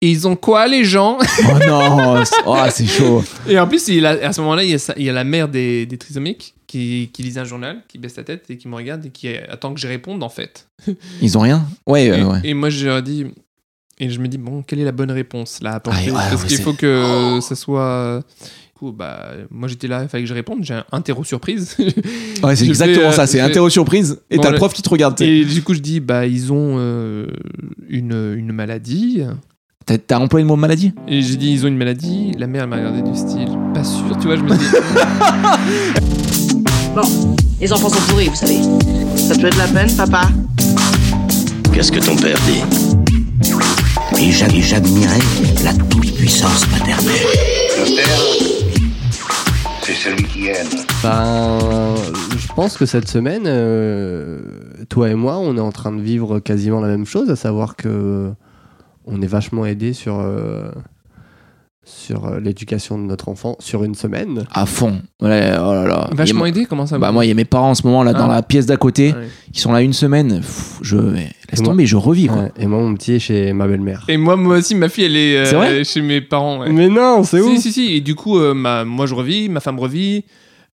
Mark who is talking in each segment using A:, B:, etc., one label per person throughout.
A: Et ils ont quoi les gens
B: Oh non, c'est- oh, c'est chaud.
A: Et en plus, il a- à ce moment-là, il, y a sa- il y a la mère des, des trisomiques qui, qui lit un journal, qui baisse la tête et qui me regarde et qui euh, attend que je réponde en fait.
B: Ils ont rien Ouais,
A: Et,
B: euh, ouais.
A: et moi, je leur dis. Et je me dis, bon, quelle est la bonne réponse là à apporter
B: Ah, ouais,
A: Parce
B: ouais,
A: qu'il
B: c'est- Oh.
A: faut que ça soit. Du coup, bah, moi j'étais là, il fallait que je réponde, j'ai un interro surprise.
B: Ouais, c'est
A: je
B: exactement
A: fais, euh,
B: ça. C'est
A: je fais-
B: interro surprise et
A: Bon,
B: t'as le
A: le-
B: prof qui te regarde. t'sais.
A: et du coup, je dis, bah, ils ont euh, une, une maladie.
B: T'as- T'as employé le mot maladie
A: Et j'ai dit, ils ont une maladie. La mère, elle m'a regardé du style, pas sûr, tu vois, je me dis.
C: Les enfants sont pourris, vous savez.
D: Ça peut être la peine, papa
E: Qu'est-ce que ton père dit Et j'a- et j'admirais la toute-puissance paternelle.
F: Le père, c'est celui qui aime.
G: Ben, je pense que cette semaine, euh, toi et moi, on est en train de vivre quasiment la même chose, à savoir que euh, on est vachement aidé sur euh, sur euh, l'éducation de notre enfant sur une semaine.
B: À fond. Ouais, oh là là.
A: Vachement
B: Il y a-
A: aidé, comment ça
B: Bah moi, il y a mes parents en ce moment là dans
A: Ah.
B: la pièce d'à côté.
A: Ouais.
B: qui sont là une semaine. Pff, je laisse
G: Et moi-
B: tomber, je revis quoi.
G: Ouais, Et moi, mon petit est chez ma belle-mère.
A: Et moi, moi aussi, ma fille, elle est, euh,
B: C'est vrai
A: chez mes parents. ouais.
G: Mais non, c'est
A: Si,
G: où
A: si, si. Et du coup, euh, ma- moi, je revis, ma femme revit.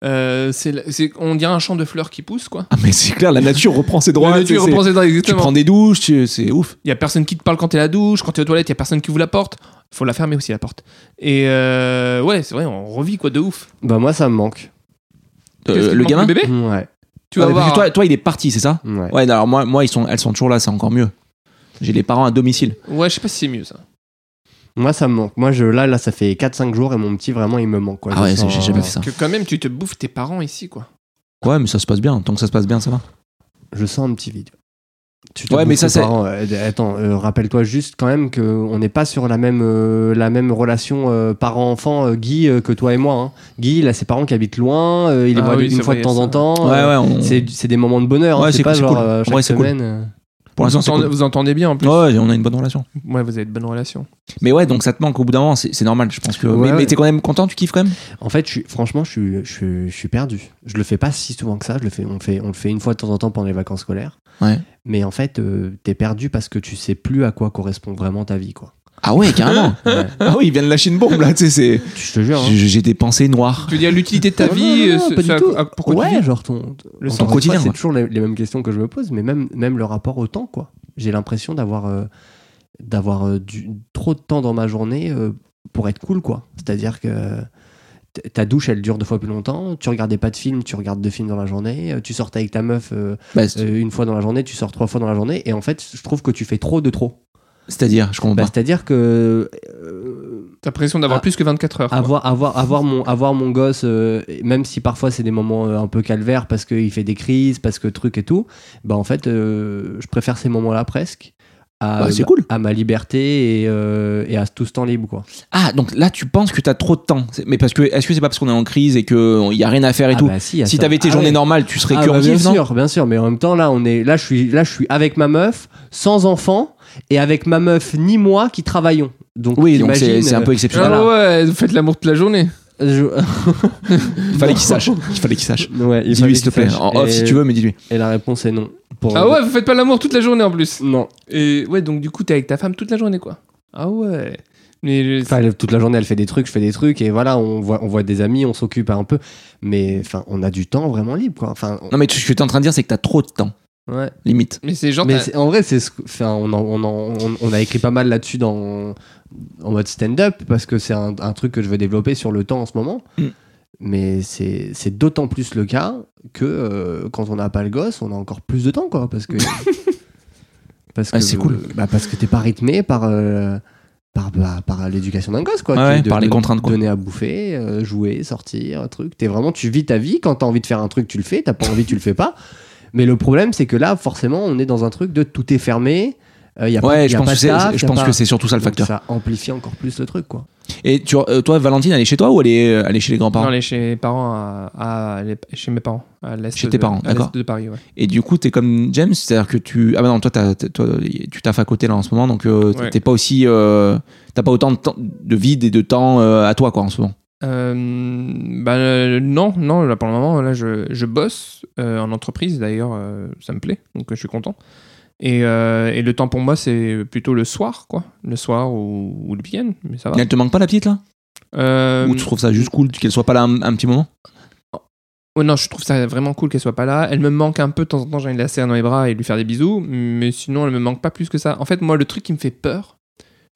A: Euh, c'est, la- c'est- on dirait un champ de fleurs qui pousse, quoi.
B: Ah mais c'est clair, la nature reprend ses droits.
A: La nature
B: c'est-
A: reprend ses droits,
B: Tu
A: exactement.
B: prends des douches, tu- c'est ouf.
A: Il y a personne qui te parle quand t'es à la douche, quand t'es aux toilettes, il y a personne qui vous la porte. Faut la fermer aussi, la porte. Et euh, ouais, c'est vrai, on revit, quoi, de ouf.
G: Bah moi, ça me manque.
B: Euh,
A: Qu'est-ce qui
B: le
A: manque,
B: gamin
A: bébé
G: Ouais.
A: Tu
B: Ouais,
A: vas hein
B: parce
A: voir.
B: que toi, toi, il est parti, c'est ça
G: ouais.
B: Ouais, alors moi, moi ils sont, elles sont toujours là, c'est encore mieux. J'ai les parents à domicile.
A: Ouais, je sais pas si c'est mieux, ça.
G: Moi, ça me manque. Moi, je là, là, ça fait 4-5 jours et mon petit, vraiment, il me manque. Quoi.
B: ah
G: Je
B: ouais,
G: sens-
B: j'ai jamais fait ça.
A: Que quand même, tu te bouffes tes parents ici, quoi.
B: Ouais, mais ça se passe bien. Tant que ça se passe bien, ça va.
G: je sens un petit vide. Tu
B: Ouais, mais
G: bouffes
B: ça,
G: tes
B: c'est-
G: parents. Euh, Attends, euh, rappelle-toi juste quand même que on n'est pas sur la même euh, la même relation euh, parent-enfant euh, Guy euh, que toi et moi. hein. Guy, il a ses parents qui habitent loin, euh, il les
A: Ah
G: voit
A: oui,
G: une
A: c'est
G: fois de
A: vrai,
G: temps
A: ça.
G: en temps.
B: Ouais,
G: euh,
B: ouais, on-
G: C'est c'est des moments de bonheur. hein,
B: Ouais,
G: c'est
B: c'est
G: pas
B: cool,
G: genre
B: c'est cool.
G: euh,
B: En
G: chaque
B: vrai, c'est cool.
G: semaine. euh.
B: Pour l'instant,
A: vous,
B: c'est
A: entendez-
B: cool.
A: vous entendez bien, en plus.
B: Ouais, on a une bonne relation.
A: Ouais, vous avez de bonnes relations.
B: Mais ouais, donc ça te manque au bout d'un moment, c'est c'est normal, je pense que.
G: Ouais,
B: mais mais
G: ouais.
B: t'es quand même content, tu kiffes quand même
G: En fait, je suis, franchement, je suis, je, suis, je suis perdu. Je le fais pas si souvent que ça. Je le fais, on, le fait, on le fait une fois de temps en temps pendant les vacances scolaires.
B: Ouais.
G: Mais en fait, euh, t'es perdu parce que tu sais plus à quoi correspond vraiment ta vie, quoi.
B: Ah ouais, carrément
G: Ouais.
B: Ah oui, il vient de lâcher une bombe là, tu sais, c'est.
G: je te jure. hein.
B: J'ai j'ai des pensées noires.
A: Tu veux dire l'utilité de ta
G: Non,
A: vie
G: non, non,
A: euh,
G: non,
A: ce-
G: pas du
A: ce à-
G: tout.
A: à- Pourquoi tu
G: ouais,
A: vis
G: genre ton,
A: Le
G: encore
B: sens
G: une
B: quotidien,
G: fois, C'est
B: quoi.
G: toujours les, les mêmes questions que je me pose, mais même, même le rapport au temps, quoi. J'ai l'impression d'avoir euh, d'avoir euh, du- trop de temps dans ma journée euh, pour être cool, quoi. C'est-à-dire que t- ta douche, elle dure deux fois plus longtemps. Tu regardais pas de film, tu regardes deux films dans la journée. euh, Tu sortais avec ta meuf euh,
B: Bah, c'est-
G: euh, une fois dans la journée, tu sors trois fois dans la journée. Et en fait, je trouve que tu fais trop de trop.
B: C'est-à-dire, je comprends
G: Bah,
B: pas.
G: C'est-à-dire que euh,
A: T'as l'impression d'avoir
G: Ah.
A: plus que 24 heures. quoi.
G: avoir, avoir, avoir, mon, avoir mon gosse, euh, même si parfois c'est des moments euh, un peu calvaires parce qu'il fait des crises, parce que truc et tout, bah en fait, euh, je préfère ces moments-là presque à,
B: Bah, c'est cool.
G: à ma liberté et, euh, et à tout ce temps libre. Quoi.
B: Ah, donc là, tu penses que t'as trop de temps. C'est- Mais parce que, est-ce que c'est pas parce qu'on est en crise et qu'il y a rien à faire et tout
G: Ah bah, si,
B: Si t'avais tes journées normales, tu serais
G: Ah,
B: que
G: bah,
B: en
G: bien
B: kiff, non
G: sûr, bien sûr, mais en même temps, là, on est, là, je, suis, là, je suis avec ma meuf, sans enfant, et avec ma meuf ni moi qui travaillons. Donc,
B: Oui, donc c'est
G: t'imagines,
B: c'est un peu
A: Ah
B: exceptionnel.
G: voilà.
A: ouais, vous faites l'amour toute la journée.
G: euh,
B: Il fallait qu'il sache. Il fallait qu'il sache.
G: je- ouais, il fallait
B: Dis-lui, s'il te
G: qu'il
B: plaît.
G: sache.
B: En off,
G: Et-
B: si tu veux, mais dis-lui.
G: Et la réponse est non. Pour-
A: Ah ouais, vous faites pas l'amour toute la journée en plus.
G: Non.
A: Et ouais, donc du coup, t'es avec ta femme toute la journée, quoi. Ah ouais. Mais je-
G: Enfin, elle- toute la journée, elle fait des trucs, je fais des trucs, et voilà, on voit, on voit des amis, on s'occupe un peu. Mais enfin, on a du temps vraiment libre, quoi. Enfin, on-
B: Non, mais tu- ce que t'es en train de dire, c'est que t'as trop de temps,
G: ouais.
B: limite.
A: mais c'est genre.
G: Mais
A: t'as-
G: c'est- en vrai, c'est ce que- enfin, on, en- on, en- on- on a écrit pas mal là-dessus dans en mode stand-up parce que c'est un, un truc que je veux développer sur le temps en ce moment.
B: Mm.
G: Mais c'est c'est d'autant plus le cas que euh, quand on n'a pas le gosse, on a encore plus de temps, quoi, parce que parce
B: Ah, c'est cool.
G: bah, parce que t'es pas rythmé par euh, par, bah, par l'éducation d'un gosse, quoi.
B: Ouais,
G: qui est
B: ouais, par les contraintes, quoi.
G: Donner à bouffer, euh, jouer, sortir, un truc. T'es vraiment, tu vis ta vie. Quand t'as envie de faire un truc, tu le fais. T'as pas envie, tu le fais pas. Mais le problème, c'est que là, forcément, on est dans un truc de tout est fermé. Il y a pas,
B: Ouais,
G: y
B: je
G: a
B: pense
G: pas
B: que
G: de
B: c'est-
G: taf, y
B: je
G: a
B: pense
G: pas-
B: que c'est surtout ça le
G: Donc,
B: facteur.
G: Ça amplifie encore plus le truc, quoi.
B: Et tu, euh, toi, Valentine, elle est chez toi ou elle est, euh, elle est chez les
A: Non,
B: grands-parents
A: elle est chez mes parents, à, à- elle est chez mes parents, à l'est
B: Chez
A: de-
B: tes parents,
A: à l'est
B: d'accord.
A: de Paris, ouais.
B: Et du coup, t'es comme James, c'est-à-dire que tu. Ah bah non, toi, t'as- t'as- toi, tu taffes à côté là en ce moment, donc euh,
A: Ouais.
B: t'es pas aussi. euh, T'as pas autant de, temps- de vide et de temps euh, à toi, quoi, en ce moment.
A: Euh, bah, euh, non, non, là pour le moment, là je, je bosse euh, en entreprise d'ailleurs, euh, ça me plaît, donc euh, je suis content. Et, euh, et le temps pour moi, c'est plutôt le soir, quoi. Le soir ou, ou le week-end, mais ça va.
B: Elle te manque pas la petite là
A: Euh,
B: Ou tu trouves ça juste cool qu'elle soit pas là un, un petit moment
A: oh non, je trouve ça vraiment cool qu'elle soit pas là. Elle me manque un peu de temps en temps, j'ai envie de la serrer dans les bras et lui faire des bisous, mais sinon, elle me manque pas plus que ça. En fait, moi, le truc qui me fait peur,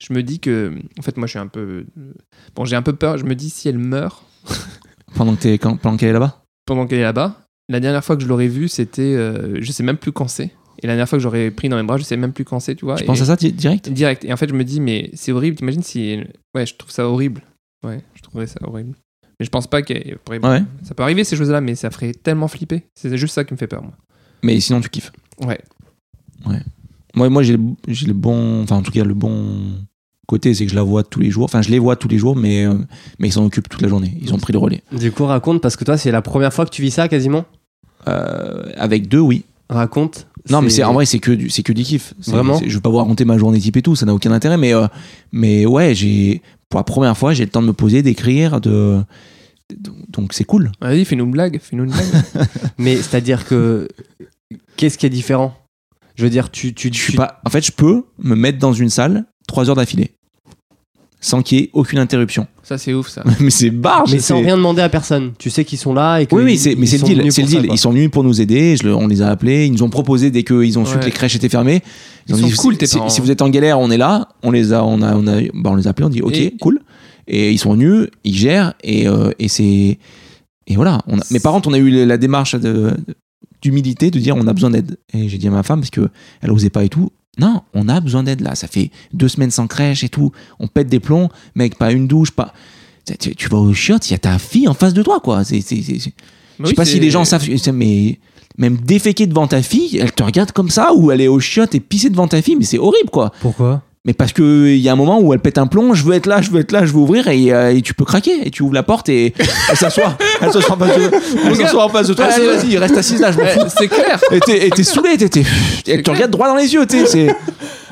A: je me dis que. En fait, moi, je suis un peu. euh, Bon, j'ai un peu peur, je me dis si elle meurt,
B: pendant que t'es- quand- pendant qu'elle est là-bas
A: pendant qu'elle est là-bas. La dernière fois que je l'aurais vue, c'était. euh, je sais même plus quand c'est. Et la dernière fois que j'aurais pris dans mes bras, je sais même plus quand c'est, tu vois.
B: Tu
A: Et-
B: penses à ça di- direct
A: Direct. Et en fait, je me dis, mais c'est horrible. T'imagines si. Ouais, je trouve ça horrible. Ouais, je trouverais ça horrible. Mais je pense pas que. après, bon,
B: Ouais.
A: Ça peut arriver ces choses-là, mais ça ferait tellement flipper. C'est juste ça qui me fait peur, moi.
B: Mais sinon tu kiffes.
A: Ouais.
B: Moi, moi j'ai le, j'ai le bon, enfin en tout cas le bon côté, c'est que je la vois tous les jours. Enfin, je les vois tous les jours, mais euh, mais ils s'en occupent toute la journée. Ils ont pris le relais.
G: Du coup, raconte, parce que toi, c'est la première fois que tu vis ça quasiment.
B: Euh, avec deux, oui.
G: Raconte.
B: Non, mais c'est en vrai, c'est que du, c'est que du kiff. C'est-
G: Vraiment
B: c'est- Je veux pas vous raconter ma journée type et tout, ça n'a aucun intérêt. Mais euh, mais ouais, j'ai pour la première fois, j'ai le temps de me poser, d'écrire, de donc c'est cool.
A: Vas-y, fais-nous une blague. Fais-nous une blague.
G: Mais c'est-à-dire que. Qu'est-ce qui est différent Je veux dire, tu. tu,
B: Je suis pas. En fait, je peux me mettre dans une salle trois heures d'affilée sans qu'il y ait aucune interruption.
A: ça, c'est ouf, ça.
B: mais c'est barge.
G: Mais
B: c'est-
G: sans rien demander à personne. Tu sais qu'ils sont là et que.
B: Oui, oui,
G: ils-
B: c'est, mais
G: ils
B: c'est le
G: sont
B: deal.
G: venus
B: C'est le
G: pour ça,
B: deal.
G: quoi.
B: Ils sont venus pour nous aider. je le- on les a appelés. Ils nous ont proposé dès qu'ils ont su
A: Ouais.
B: que les crèches étaient fermées.
A: Ils
B: ont
A: sont
B: dit,
A: cool, tes
B: si,
A: parents.
B: si vous êtes en galère, on est là. On les a, on a, on a, bah, on les a appelés. On dit, ok,
A: Et-
B: cool. Et ils sont venus. Ils gèrent. Et, euh, et c'est, et voilà. On a- mais par contre, on a eu la démarche de, d'humilité de dire, on a besoin d'aide. Et j'ai dit à ma femme parce que elle osait pas et tout. Non, on a besoin d'aide là. Ça fait deux semaines sans crèche et tout. On pète des plombs, mec. Pas une douche, pas. Tu, tu vas au chiottes, il y a ta fille en face de toi, quoi. C'est, c'est, c'est-
A: Mais
B: je
A: Bah oui,
B: sais pas
A: c'est-
B: si les gens savent, mais même déféquer devant ta fille, elle te regarde comme ça, ou elle est au chiottes et pisser devant ta fille, mais c'est horrible quoi.
G: Pourquoi
B: Mais parce que il y a un moment où elle pète un plomb, je veux être là, je veux être là, je veux ouvrir et, euh, et tu peux craquer et tu ouvres la porte et elle s'assoit, elle s'assoit en face de, elle s'assoit en face de toi,
A: Ouais,
B: elle,
A: ouais.
B: vas-y, reste assise là, je m'en
A: Ouais,
B: fous.
A: Eh, c'est clair.
B: Et t'es, et t'es saoulé, t'es, t'es- elle te
A: clair.
B: regarde droit dans les yeux, t'es, c'est.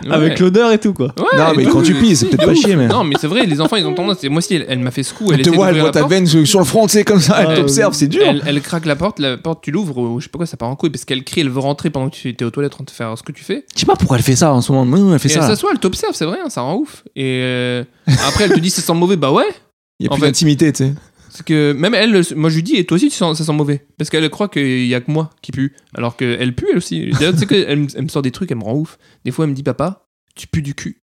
A: Ouais.
G: l'odeur et tout, quoi.
A: Ouais,
B: non mais
A: de
B: quand
A: ouf.
B: tu pisses, c'est peut-être
A: De
B: pas
A: ouf.
B: chier mais.
A: Non, mais c'est vrai, les enfants, ils ont tendance. Moi aussi, elle, elle m'a fait ce coup. Elle
B: Elle te
A: essaie
B: voit, Ah, elle
A: d'ouvrir la
B: voit ta
A: porte.
B: veine sur sur le front, c'est comme ça,
G: Ah,
B: elle t'observe, c'est dur.
A: Elle, elle craque la porte, la porte tu l'ouvres, ou je sais pas quoi, ça part en couille parce qu'elle crie, elle veut rentrer pendant que tu étais aux toilettes en train de faire ce que tu fais.
B: Je sais pas pourquoi elle fait ça en ce moment. Non, elle fait
A: Et
B: ça.
A: elle
B: là.
A: s'assoit, elle t'observe, c'est vrai, hein, ça rend ouf. Et euh, après, elle te dit ça sent mauvais, bah ouais.
B: Il y a
A: en
B: plus
A: fait-
B: d'intimité, tu sais.
A: Parce que même elle, le- moi je lui dis, et toi aussi tu sens- ça sent mauvais. Parce qu'elle croit qu'il y a que moi qui pue. Alors qu'elle pue elle aussi. D'ailleurs, tu sais qu'elle me- elle me sort des trucs, elle me rend ouf. Des fois, elle me dit, papa, tu pues du cul.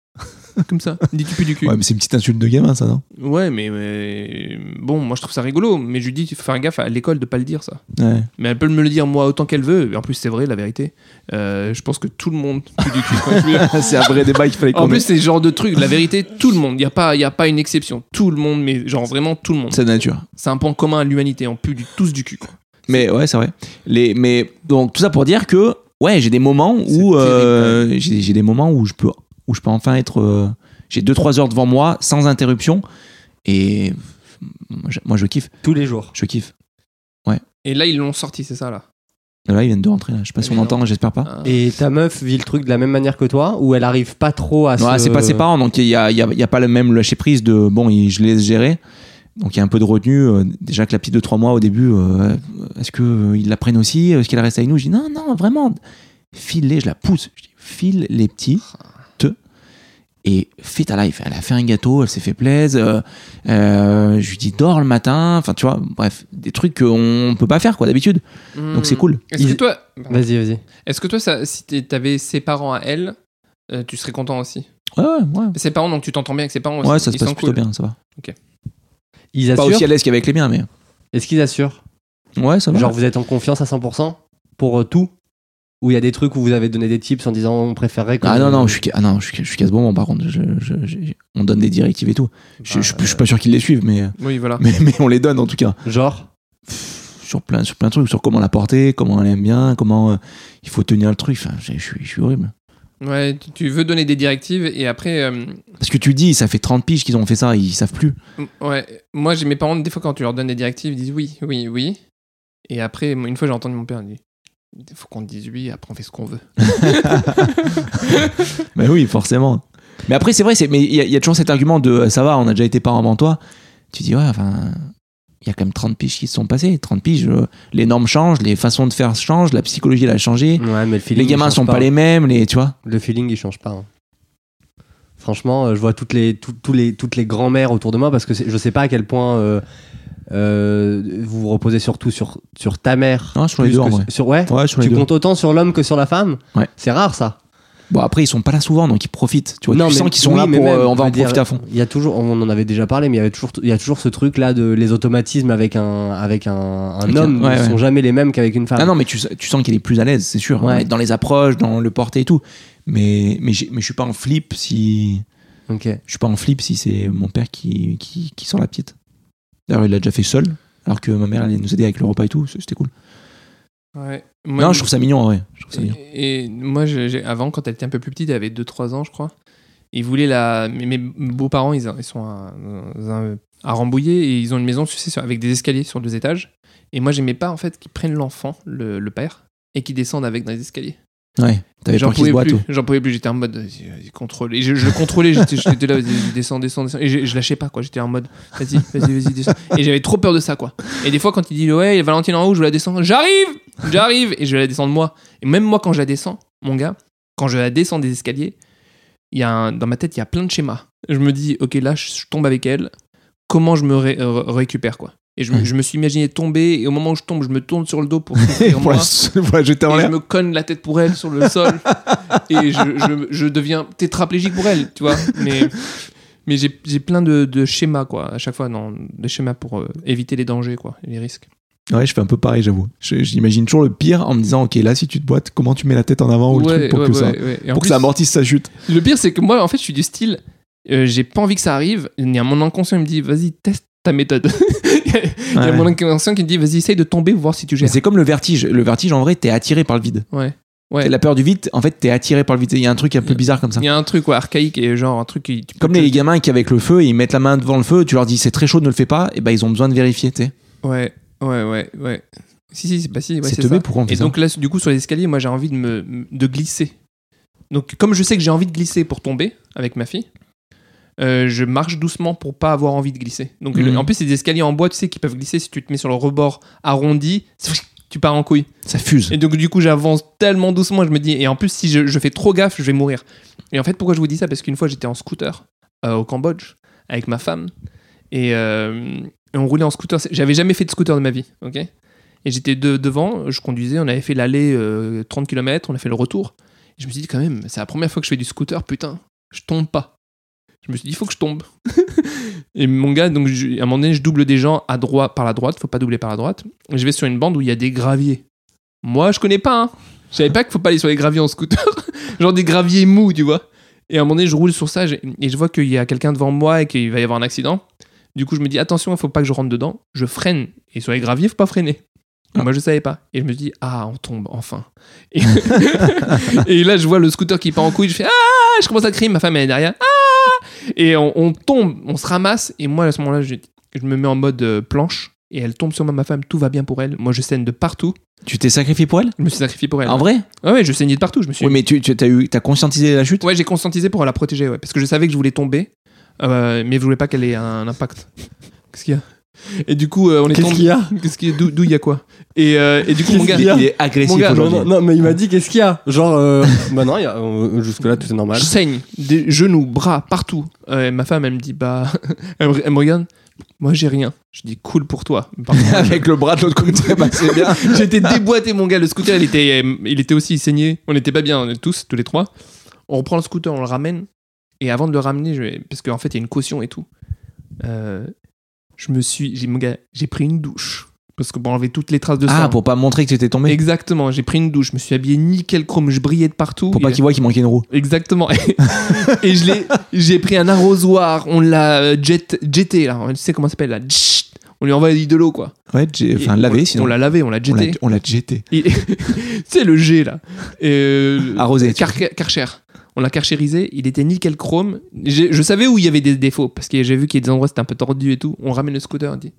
A: Comme ça, elle me dit, tu pues du cul.
B: Ouais, mais c'est une petite insulte de gamin, ça, non
A: Ouais, mais, mais- bon, moi je trouve ça rigolo. Mais je lui dis, tu faut faire gaffe à l'école de pas le dire ça.
B: Ouais.
A: Mais elle peut me le dire moi autant qu'elle veut. Et en plus, c'est vrai, la vérité. Euh, je pense que tout le monde pue du cul. Quand je lui-
B: c'est un vrai débat qu'il fallait qu'on
A: En plus, c'est le genre de truc, la vérité, tout le monde, il n'y a, pas- y a pas une exception. Tout le monde, mais genre vraiment tout le monde.
B: mette. c'est de nature.
A: C'est un point commun à l'humanité, on pue du, tous du cul. quoi.
B: Mais ouais, c'est vrai. Les, mais donc tout ça pour dire que ouais, j'ai des moments où euh, j'ai j'ai des moments où je peux où je peux enfin être. euh, j'ai 2-3 heures devant moi sans interruption et moi je, moi, je kiffe,
G: Tous les jours.
B: je kiffe.
A: Et là, ils l'ont sorti, c'est ça là.
B: Là, ils viennent de rentrer. Là. Je sais pas si on
A: Mais non.
B: entend, j'espère pas.
A: Ah.
G: Et ta meuf vit le truc de la même manière que toi ou elle arrive pas trop à
B: Non,
G: se-
B: c'est pas ses parents, donc il y a, il y a- il y a pas le même lâcher prise de bon, il- je laisse gérer. Donc il y a un peu de retenue. euh, Déjà que la petite de 3 mois au début, euh, est-ce que euh, ils la prennent aussi Est-ce qu'elle reste avec nous Je dis non, non, vraiment, file-les, je la pousse. Je dis file les petits, te. Et fais ta life. Elle a fait un gâteau, elle s'est fait plaisir. euh, euh, je lui dis dors le matin. Enfin, tu vois, bref, des trucs qu'on peut pas faire quoi d'habitude.
A: Hmm.
B: Donc c'est cool.
A: Est-ce que
G: Ils-
A: toi,
G: Vas-y, vas-y.
A: est-ce que toi ça, si t'es- t'avais ses parents à elle, euh, tu serais content aussi
B: Ouais, ouais, ouais.
A: Ses parents, donc tu t'entends bien avec ses parents aussi.
B: Ouais, ça se
A: ils
B: passe
A: sont
B: plutôt
A: cool.
B: bien, ça va.
G: Ils
B: Pas
G: assurent
B: aussi à l'aise qu'avec les miens, mais
G: Est-ce qu'ils assurent
B: ouais, ça va.
G: Genre, vous êtes en confiance à 100% pour euh, tout Ou il y a des trucs où vous avez donné des tips en disant on préférerait que.
B: Ah non, non, je suis, ca- ah non, je suis, je suis casse-bonbon, par contre. Je, je- je- on donne des directives et tout. Je, je- je suis pas sûr qu'ils les suivent, mais,
A: Oui, voilà.
B: mais, mais on les donne en tout cas.
G: Genre,
B: Sur plein, sur plein de trucs, sur comment la porter, comment elle aime bien, comment euh, il faut tenir le truc. Enfin, je, je suis, je suis horrible.
A: Ouais, tu- tu veux donner des directives et après, euh,
B: Parce que tu dis, ça fait 30 piges qu'ils ont fait ça, ils savent plus.
A: M- Ouais, moi j'ai mes parents, des fois quand tu leur donnes des directives, ils disent oui, oui, oui. Et après, moi, une fois j'ai entendu mon père dire il faut qu'on te dise oui, après on fait ce qu'on veut.
B: Ben oui, forcément. Mais après, c'est vrai, c'est, mais il y, a- il y a toujours cet argument de euh, ça va, on a déjà été parents avant toi. Tu dis, ouais, enfin, il y a quand même 30 piges qui se sont passées. 30 piges, euh, les normes changent, les façons de faire changent, la psychologie, elle a changé.
G: Ouais, mais le
B: Mm.
G: feeling,
B: Les
G: il
B: gamins
G: change
B: sont pas les mêmes, les, tu vois.
G: Le feeling, il change pas. hein. Franchement, euh, je vois toutes les, tout- tous les, toutes les grands-mères autour de moi parce que c'est- je sais pas à quel point euh, euh, vous vous reposez surtout sur, sur ta mère.
B: Non, sur les
G: plus
B: deux,
G: que
B: en
G: sur-
B: vrai.
G: Sur, ouais
B: Ouais, sur les
G: Tu
B: deux.
G: comptes autant sur l'homme que sur la femme
B: Ouais.
G: C'est rare ça.
B: Bon, après, ils sont pas là souvent, donc ils profitent. Tu vois, tu
G: mais-
B: sens qu'ils sont
G: oui,
B: là
G: mais
B: pour.
G: même,
B: euh, on
G: je
B: va
G: veux
B: en
G: dire,
B: profiter à fond.
G: Il y a toujours, on en avait déjà parlé, mais il y avait toujours, il y a toujours ce truc là de les automatismes avec un, avec un, un
B: Avec un-
G: homme ne
B: ouais, ouais.
G: sont jamais les mêmes qu'avec une femme.
B: Ah non, mais tu, s- tu sens qu'il est plus à l'aise, c'est sûr.
G: Ouais.
B: Dans les approches, dans le porté et tout. Mais, mais, j'ai- mais je suis pas en flip si.
G: Ok.
B: Je suis pas en flip si c'est mon père qui, qui, qui sort la petite. D'ailleurs, il l'a déjà fait seul, alors que ma mère, elle nous aider avec le repas et tout. C'était cool.
A: Ouais. Moi,
B: non, je trouve ça mignon, en vrai. Je trouve ça mignon.
A: Et, et moi, j'ai- j'ai- avant, quand elle était un peu plus petite, elle avait 2-3 ans, je crois. Ils voulaient la. Mes, mes beaux-parents, ils, ils sont à, dans un- à Rambouillet et ils ont une maison, tu sais, sur- avec des escaliers sur deux étages. Et moi, j'aimais pas, en fait, qu'ils prennent l'enfant, le, le père, et qu'ils descendent avec dans les escaliers.
B: Ouais, t'avais
A: J'en
B: peur qu'il se
A: pouvais
B: boite.
A: plus.
B: ou-
A: J'en pouvais plus. J'étais en mode. vas-y, vas-y, contrôle. Et je, je le contrôlais. J'étais j'étais là, vas-y, vas-y, descends, descends, descends. Et je, je lâchais pas, quoi. J'étais en mode. Vas-y, vas-y, vas-y, descends. Et j'avais trop peur de ça, quoi. Et des fois, quand il dit, ouais, Valentine en haut, je vais la descendre. J'arrive J'arrive Et je vais la descendre moi. Et même moi, quand je la descends, mon gars, quand je la descends des escaliers, il y a un- dans ma tête, il y a plein de schémas. Je me dis, ok, là, je, je tombe avec elle. Comment je me ré- euh, récupère, quoi. Et je, me-
B: Ouais.
A: je me suis imaginé tomber. Et au moment où je tombe, je me tourne sur le dos pour. souffrir,
B: Pour la-
A: moi.
B: pour la jeter
A: Et
B: en
A: je
B: l'air.
A: me cogne la tête pour elle sur le sol et je, je- je deviens tétraplégique pour elle, tu vois. Mais, mais j'ai j'ai plein de, de schémas, quoi, à chaque fois, non, de schémas pour euh, éviter les dangers, quoi, et les risques.
B: Ouais, je fais un peu pareil, j'avoue. Je- J'imagine toujours le pire en me disant, ok, là, si tu te boites, comment tu mets la tête en avant ou Oh, le truc pour que ça.
A: ouais. Et en
B: Pour que
A: plus,
B: ça amortisse sa chute.
A: Le pire, c'est que moi, en fait, je suis du style, euh, j'ai pas envie que ça arrive. Il y a mon inconscient qui me dit, vas-y, teste ta méthode. Il y a
B: Ouais.
A: mon inconscient qui me dit, vas-y, essaye de tomber, voir si tu
B: Mais
A: gères.
B: C'est comme le vertige. Le vertige, en vrai, t'es attiré par le vide.
A: Ouais. Ouais.
B: T'as La peur du vide, en fait, t'es attiré par le vide. Il y a un truc un peu bizarre comme ça.
A: Il y a un truc quoi, archaïque et genre un truc qui. tu peux
B: Comme
A: te-
B: les gamins qui, avec le feu, ils mettent la main devant le feu, tu leur dis c'est très chaud, ne le fais pas, et ben ils ont besoin de vérifier, tu sais.
A: Ouais, ouais, ouais, ouais. Si, si, bah si, ouais,
B: c'est
A: c'est
B: teubé,
A: ça.
B: pourquoi on fait
A: Et
B: ça
A: donc là, du coup, sur les escaliers, moi, j'ai envie de me de glisser. Donc, comme je sais que j'ai envie de glisser pour tomber avec ma fille, euh, je marche doucement pour pas avoir envie de glisser. Donc, le-
B: Mhm.
A: en plus, c'est des escaliers en bois, tu sais, qui peuvent glisser si tu te mets sur le rebord arrondi. Tu pars en couille.
B: Ça fuse.
A: Et donc, du coup, j'avance tellement doucement. Je me dis, et en plus, si je, je fais trop gaffe, je vais mourir. Et en fait, pourquoi je vous dis ça Parce qu'une fois, j'étais en scooter euh, au Cambodge avec ma femme et, euh, et on roulait en scooter. C'est- J'avais jamais fait de scooter de ma vie, ok Et j'étais de- devant, je conduisais, on avait fait l'aller euh, 30 km, on a fait le retour. Et je me suis dit, quand même, c'est la première fois que je fais du scooter, putain, je tombe pas. Je me suis dit, il faut que je tombe. et mon gars, donc, je- à un moment donné, je double des gens à droite, par la droite, faut pas doubler par la droite. Et je vais sur une bande où il y a des graviers. Moi, je connais pas, hein. Je savais pas qu'il faut pas aller sur les graviers en scooter. Genre des graviers mous, tu vois. Et à un moment donné, je roule sur ça j'ai- et je vois qu'il y a quelqu'un devant moi et qu'il va y avoir un accident. Du coup, je me dis attention, il faut pas que je rentre dedans. Je freine. Et sur les graviers, faut pas freiner. Et Moi, je savais pas. Et je me dis ah, on tombe enfin. Et, et là, je vois le scooter qui part en couille. Je fais ah, je commence à crier. Ma femme elle est derrière. Ah et on, on tombe, on se ramasse. Et moi, à ce moment-là, je, je me mets en mode euh, planche. Et elle tombe sur moi, ma femme, tout va bien pour elle. Moi, je saigne de partout.
B: Tu t'es sacrifié pour elle
A: Je me suis sacrifié pour elle.
G: Ah,
B: En vrai
A: Ouais, ouais, je saignais de partout. Je me suis
B: Oui, mais tu, tu as, eu, t'as conscientisé la chute
A: Ouais, j'ai conscientisé pour la protéger, ouais, parce que je savais que je voulais tomber, euh, mais je voulais pas qu'elle ait un impact. Qu'est-ce qu'il y a Et du coup, euh, on est
G: Qu'est-ce
A: tombé.
G: qu'il y a
A: Qu'est-ce qu'il y a D'où- D'où il y a quoi et, euh, et du coup, mon gars,
G: Qu'est-ce qu'il y a
B: Il est agressif
A: Mon gars,
G: non,
B: aujourd'hui.
G: non, non, mais il m'a dit qu'est-ce qu'il y a Genre, euh, bah non, il y a- euh, jusque-là tout est normal.
A: je saigne, des genoux, bras, partout. Euh, et ma femme, elle me dit, bah, elle me, elle me regarde. Moi, j'ai rien. Je dis, cool pour toi. Par contre,
B: Avec le bras de l'autre côté, bah, c'est bien.
A: J'étais déboîté, mon gars. Le scooter, il était, euh, il était aussi saigné. On n'était pas bien, on est tous, tous les trois. On reprend le scooter, on le ramène. Et avant de le ramener, je vais- parce qu'en fait, il y a une caution et tout. euh, je me suis. J'ai, mon gars, j'ai pris une douche. Parce que pour enlever toutes les traces de sang.
B: Ah, pour pas montrer que tu étais tombé
A: Exactement, j'ai pris une douche. Je me suis habillé nickel chrome. Je brillais de partout.
B: Pour
A: Il-
B: pas qu'il voit qu'il manquait une roue.
A: Exactement. Et, et je l'ai, j'ai pris un arrosoir. On l'a euh, jet, jeté, là. Tu sais comment ça s'appelle, là. Tchit On lui a envoyé de l'eau, quoi.
B: Ouais, j'ai- enfin,
A: Et on,
B: lavé sinon.
A: On l'a lavé, on l'a
B: On l'a-
A: jeté.
B: on l'a jeté.
A: Et- tu sais, le G, là. Et, euh,
B: Arrosé. tu
A: Car- Karcher. On l'a karchérisé, il était nickel chrome. J'ai- Je savais où il y avait des défauts, parce que j'ai vu qu'il y a des endroits c'était un peu tordu et tout. On ramène le scooter, on dit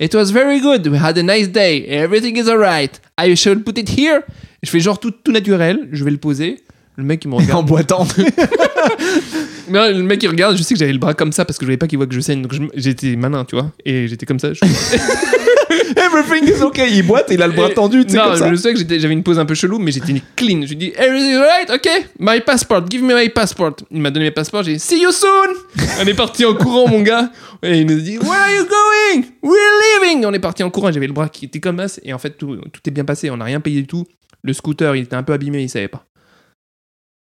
A: It was very good, we had a nice day, everything is alright. I shall put it here. Je fais genre tout, tout naturel, je vais le poser. Le mec, il me
B: en
A: regarde.
B: boitant.
A: Mais non, le mec, il regarde. Je sais que j'avais le bras comme ça parce que je voulais pas qu'il voit que je saigne. Donc, je m- j'étais malin, tu vois. Et j'étais comme ça. je-
B: Everything is okay. Il boite, il a le bras
A: Et-
B: tendu, tu sais,
A: Non,
B: comme ça.
A: je sais que j'étais- j'avais une pose un peu chelou, mais j'étais clean. Je lui dis, Everything alright? Ok, my passport, give me my passport. Il m'a donné mes passeports, j'ai dit, see you soon! On est parti en courant, mon gars. Et il nous dit, where are you going? We're leaving! On est parti en courant, j'avais le bras qui était comme ça, et en fait, tout, tout est bien passé, on n'a rien payé du tout. Le scooter, il était un peu abîmé, il savait pas.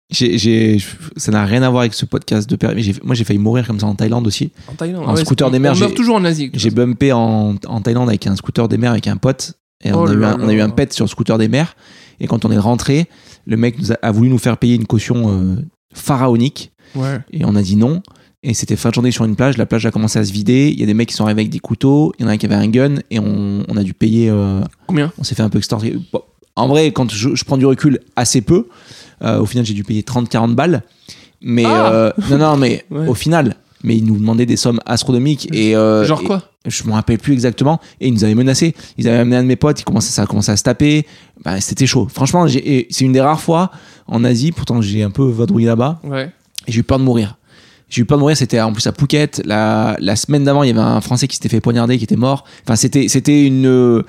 B: J'ai- j'ai- ça n'a rien à voir avec ce podcast de Perry, mais j'ai- moi j'ai failli mourir comme ça en Thaïlande aussi.
A: En Thaïlande,
B: En scooter
A: c'est-
B: des mers,
A: On
B: j'ai-
A: meurt toujours en Asie.
B: J'ai bumpé en, en Thaïlande avec un scooter des mers avec un pote. Et on,
A: Oh
B: a, eu
A: là
B: un, on a eu
A: là.
B: un pet sur le scooter des mers. Et quand on est rentré, le mec nous a, a voulu nous faire payer une caution euh, pharaonique.
A: Ouais.
B: Et on a dit non. Et c'était fin de journée sur une plage. La plage a commencé à se vider. Il y a des mecs qui sont arrivés avec des couteaux. Il y en a un qui avait un gun. Et on, on a dû payer. euh,
A: Combien
B: on s'est fait un peu extorquer. Bon, en vrai, quand je, je prends du recul, assez peu. Euh, au final, j'ai dû payer 30-40 balles. Mais
A: Ah
B: euh, non, non, mais
A: Ouais.
B: au final. Mais ils nous demandaient des sommes astronomiques. Et, euh,
A: Genre
B: et-
A: quoi
B: je me rappelle plus exactement, et ils nous avaient menacés. Ils avaient amené un de mes potes, ils commençaient, ça a commencé à se taper. Bah, c'était chaud. Franchement, j'ai- et c'est une des rares fois en Asie, pourtant j'ai un peu vadrouillé là-bas,
A: Ouais.
B: et j'ai eu peur de mourir. J'ai eu peur de mourir, c'était en plus à Phuket. La, la semaine d'avant, il y avait un Français qui s'était fait poignarder, qui était mort. Enfin, c'était, c'était une. euh,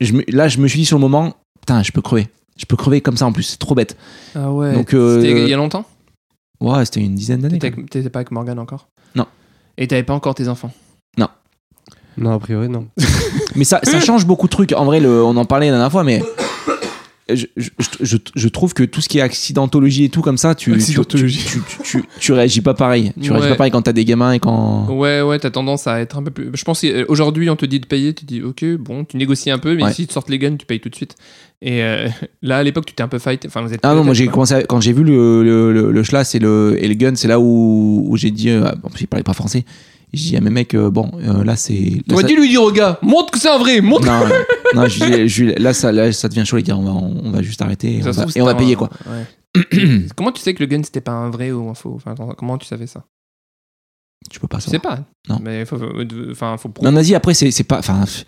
B: je me- là, je me suis dit sur le moment, putain, je peux crever. Je peux crever comme ça en plus, c'est trop bête.
A: Ah ouais.
B: Donc,
A: Donc,
B: euh,
A: C'était il y a longtemps
B: Ouais, c'était une dizaine d'années.
A: T'étais avec- T'étais pas avec Morgane encore
B: Non.
A: Et t'avais pas encore tes enfants
G: Non, a priori, non.
B: Mais ça, ça change beaucoup de trucs. En vrai, le- on en parlait la dernière fois, mais je, je- je- je trouve que tout ce qui est accidentologie et tout comme ça, tu, tu, tu,
A: Accidentologie.
B: tu- tu- tu- tu réagis pas pareil. Tu réagis
A: Ouais.
B: pas pareil quand t'as des gamins et quand.
A: Ouais, ouais, t'as tendance à être un peu plus. Je pense qu'aujourd'hui, on te dit de payer, tu dis ok, bon, tu négocies un peu, mais
B: Ouais.
A: si tu sortes les guns, tu payes tout de suite. Et euh, là, à l'époque, tu t'es un peu fight. Enfin, vous êtes.
B: Ah non, moi j'ai
A: quoi.
B: commencé à- quand j'ai vu le, le, le, le schlass et le, et le gun, c'est là où, où j'ai dit. euh, ah, bon, il parlait pas français. J'ai dit à mes mecs, euh, bon, euh, là c'est. là, ça-
A: dis-lui dire au gars, montre que c'est un vrai, montre
B: Non, euh, non, je lui ai- je lui ai- là, ça, là ça devient chaud les gars, on va, on, va juste arrêter et on
A: Ça se
B: va,
A: trouve,
B: et on va
A: c'était un-
B: payer quoi.
A: ouais. Comment tu sais que le gun c'était pas un vrai ou un faux Enfin, attends, Comment tu savais ça
B: Tu peux pas
A: Je
B: savoir.
A: sais pas.
B: Non.
A: Mais faut, euh, de- enfin, faut
B: Mais
A: prouver.
B: en Asie, après, c'est c'est pas. Enfin, f-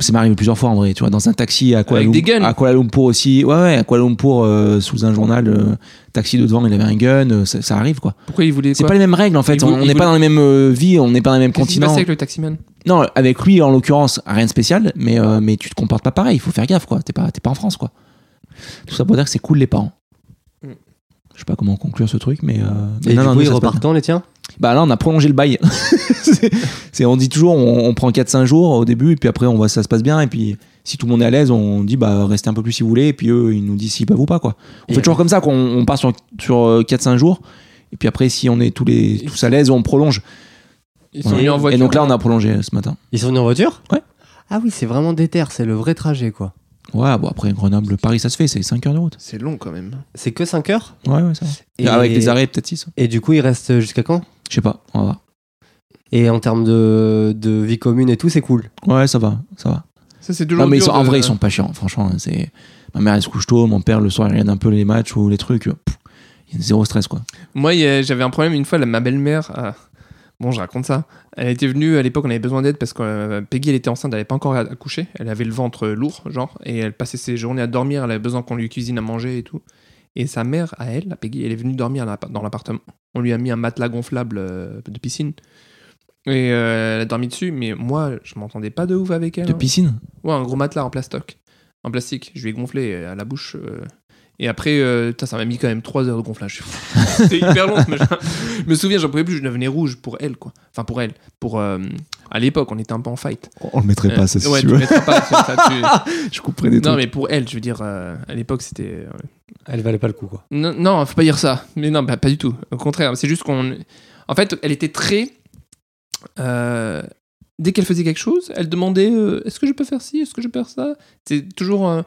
B: ça m'arrive plusieurs fois en vrai, tu vois, dans un taxi à Kuala,
A: Avec des
B: Lumpur,
A: guns.
B: à Kuala Lumpur aussi. Ouais, ouais, à Kuala Lumpur, euh, sous un journal, euh, taxi de devant, il avait un gun, euh, ça, ça arrive quoi.
A: Pourquoi il voulait
B: C'est
A: quoi
B: pas les mêmes règles en fait,
A: Il
B: on
A: voulait-
B: on
A: il
B: n'est pas
A: voulait-
B: dans les mêmes euh, vies, on n'est pas dans les mêmes
A: Qu'est-ce qui s'est passé
B: continents.
A: avec le taximan
B: Non, avec lui en l'occurrence, rien de spécial, mais, euh, mais tu te comportes pas pareil, il faut faire gaffe quoi, t'es pas, t'es pas en France quoi. Tout ça pour dire que c'est cool les parents.
A: Mm.
B: Je sais pas comment conclure ce truc, mais. euh, mais
G: Et
B: non,
G: du
B: non,
G: coup,
B: nous,
G: ils
B: ça se passe
G: repartent dans les tiens
B: bah là, on a prolongé le bail. C'est- c'est, on dit toujours, on, on prend 4-5 jours au début, et puis après, on voit si ça se passe bien. Et puis, si tout le monde est à l'aise, on dit, bah, restez un peu plus si vous voulez. Et puis, eux, ils nous disent s'ils peuvent ou pas, quoi. On
G: Et
B: fait toujours comme ça, qu'on on part sur, sur euh, 4-5 jours. Et puis après, si on est tous, les, tous à l'aise, on prolonge.
A: Ils sont
B: Voilà.
A: venus en voiture.
B: Et donc là, on a prolongé euh, ce matin.
G: Ils sont venus en voiture
B: Ouais.
G: Ah oui, c'est vraiment déter, c'est le vrai trajet, quoi.
B: Ouais, bon, après, Grenoble, Paris, ça se fait, c'est 5 heures de route.
A: C'est long quand même.
G: C'est que 5 heures
B: Ouais, ouais, ça va.
G: et,
B: Ah, Avec des arrêts, peut-être 6.
G: Et du coup, ils restent jusqu'à quand
B: Je sais pas, on va voir.
G: Et en termes de, de vie commune et tout, c'est cool.
B: Ouais, ça va, ça va.
A: Ça, c'est toujours.
B: Non, mais ils
A: dur
B: sont, en
A: de-
B: vrai, ils sont pas chiants. Franchement, hein, c'est. Ma mère, elle se couche tôt, mon père, le soir, il regarde un peu les matchs ou les trucs. euh, Pff, Il y a zéro stress, quoi.
A: Moi, il y a- j'avais un problème une fois, la- ma belle-mère. ah, bon, je raconte ça. Elle était venue à l'époque, on avait besoin d'aide parce que euh, Peggy, elle était enceinte, elle n'avait pas encore accouché. Elle avait le ventre euh, lourd, genre, et elle passait ses journées à dormir, elle avait besoin qu'on lui cuisine à manger et tout. Et sa mère, à elle, la Peggy, elle est venue dormir à l'appart- dans l'appartement. On lui a mis un matelas gonflable euh, de piscine. Et euh, elle a dormi dessus, mais moi, je m'entendais pas de ouf avec elle.
B: De
A: hein.
B: piscine
A: Ouais, un gros matelas en plastoc. En plastique. Je lui ai gonflé euh, à la bouche. euh, Et après, euh, putain, ça m'a mis quand même 3 heures de gonflage. C'était hyper long ce machin. Je me souviens, j'en pouvais plus, je devenais rouge pour elle, quoi. Enfin, pour elle. Pour, euh, à l'époque, on était un peu en fight.
B: On le mettrait
A: Euh, ouais, tu mettras pas sur ça, tu-
B: Je couperais des
A: Non, mais pour elle, je veux dire, euh, à l'époque, c'était. euh,
G: Elle valait pas le coup, quoi.
A: non, non, faut pas dire ça. Mais non, bah, pas du tout. Au contraire, c'est juste qu'on. En fait, elle était très. euh, Dès qu'elle faisait quelque chose, elle demandait euh, Est-ce que je peux faire ci Est-ce que je peux faire ça C'est toujours euh,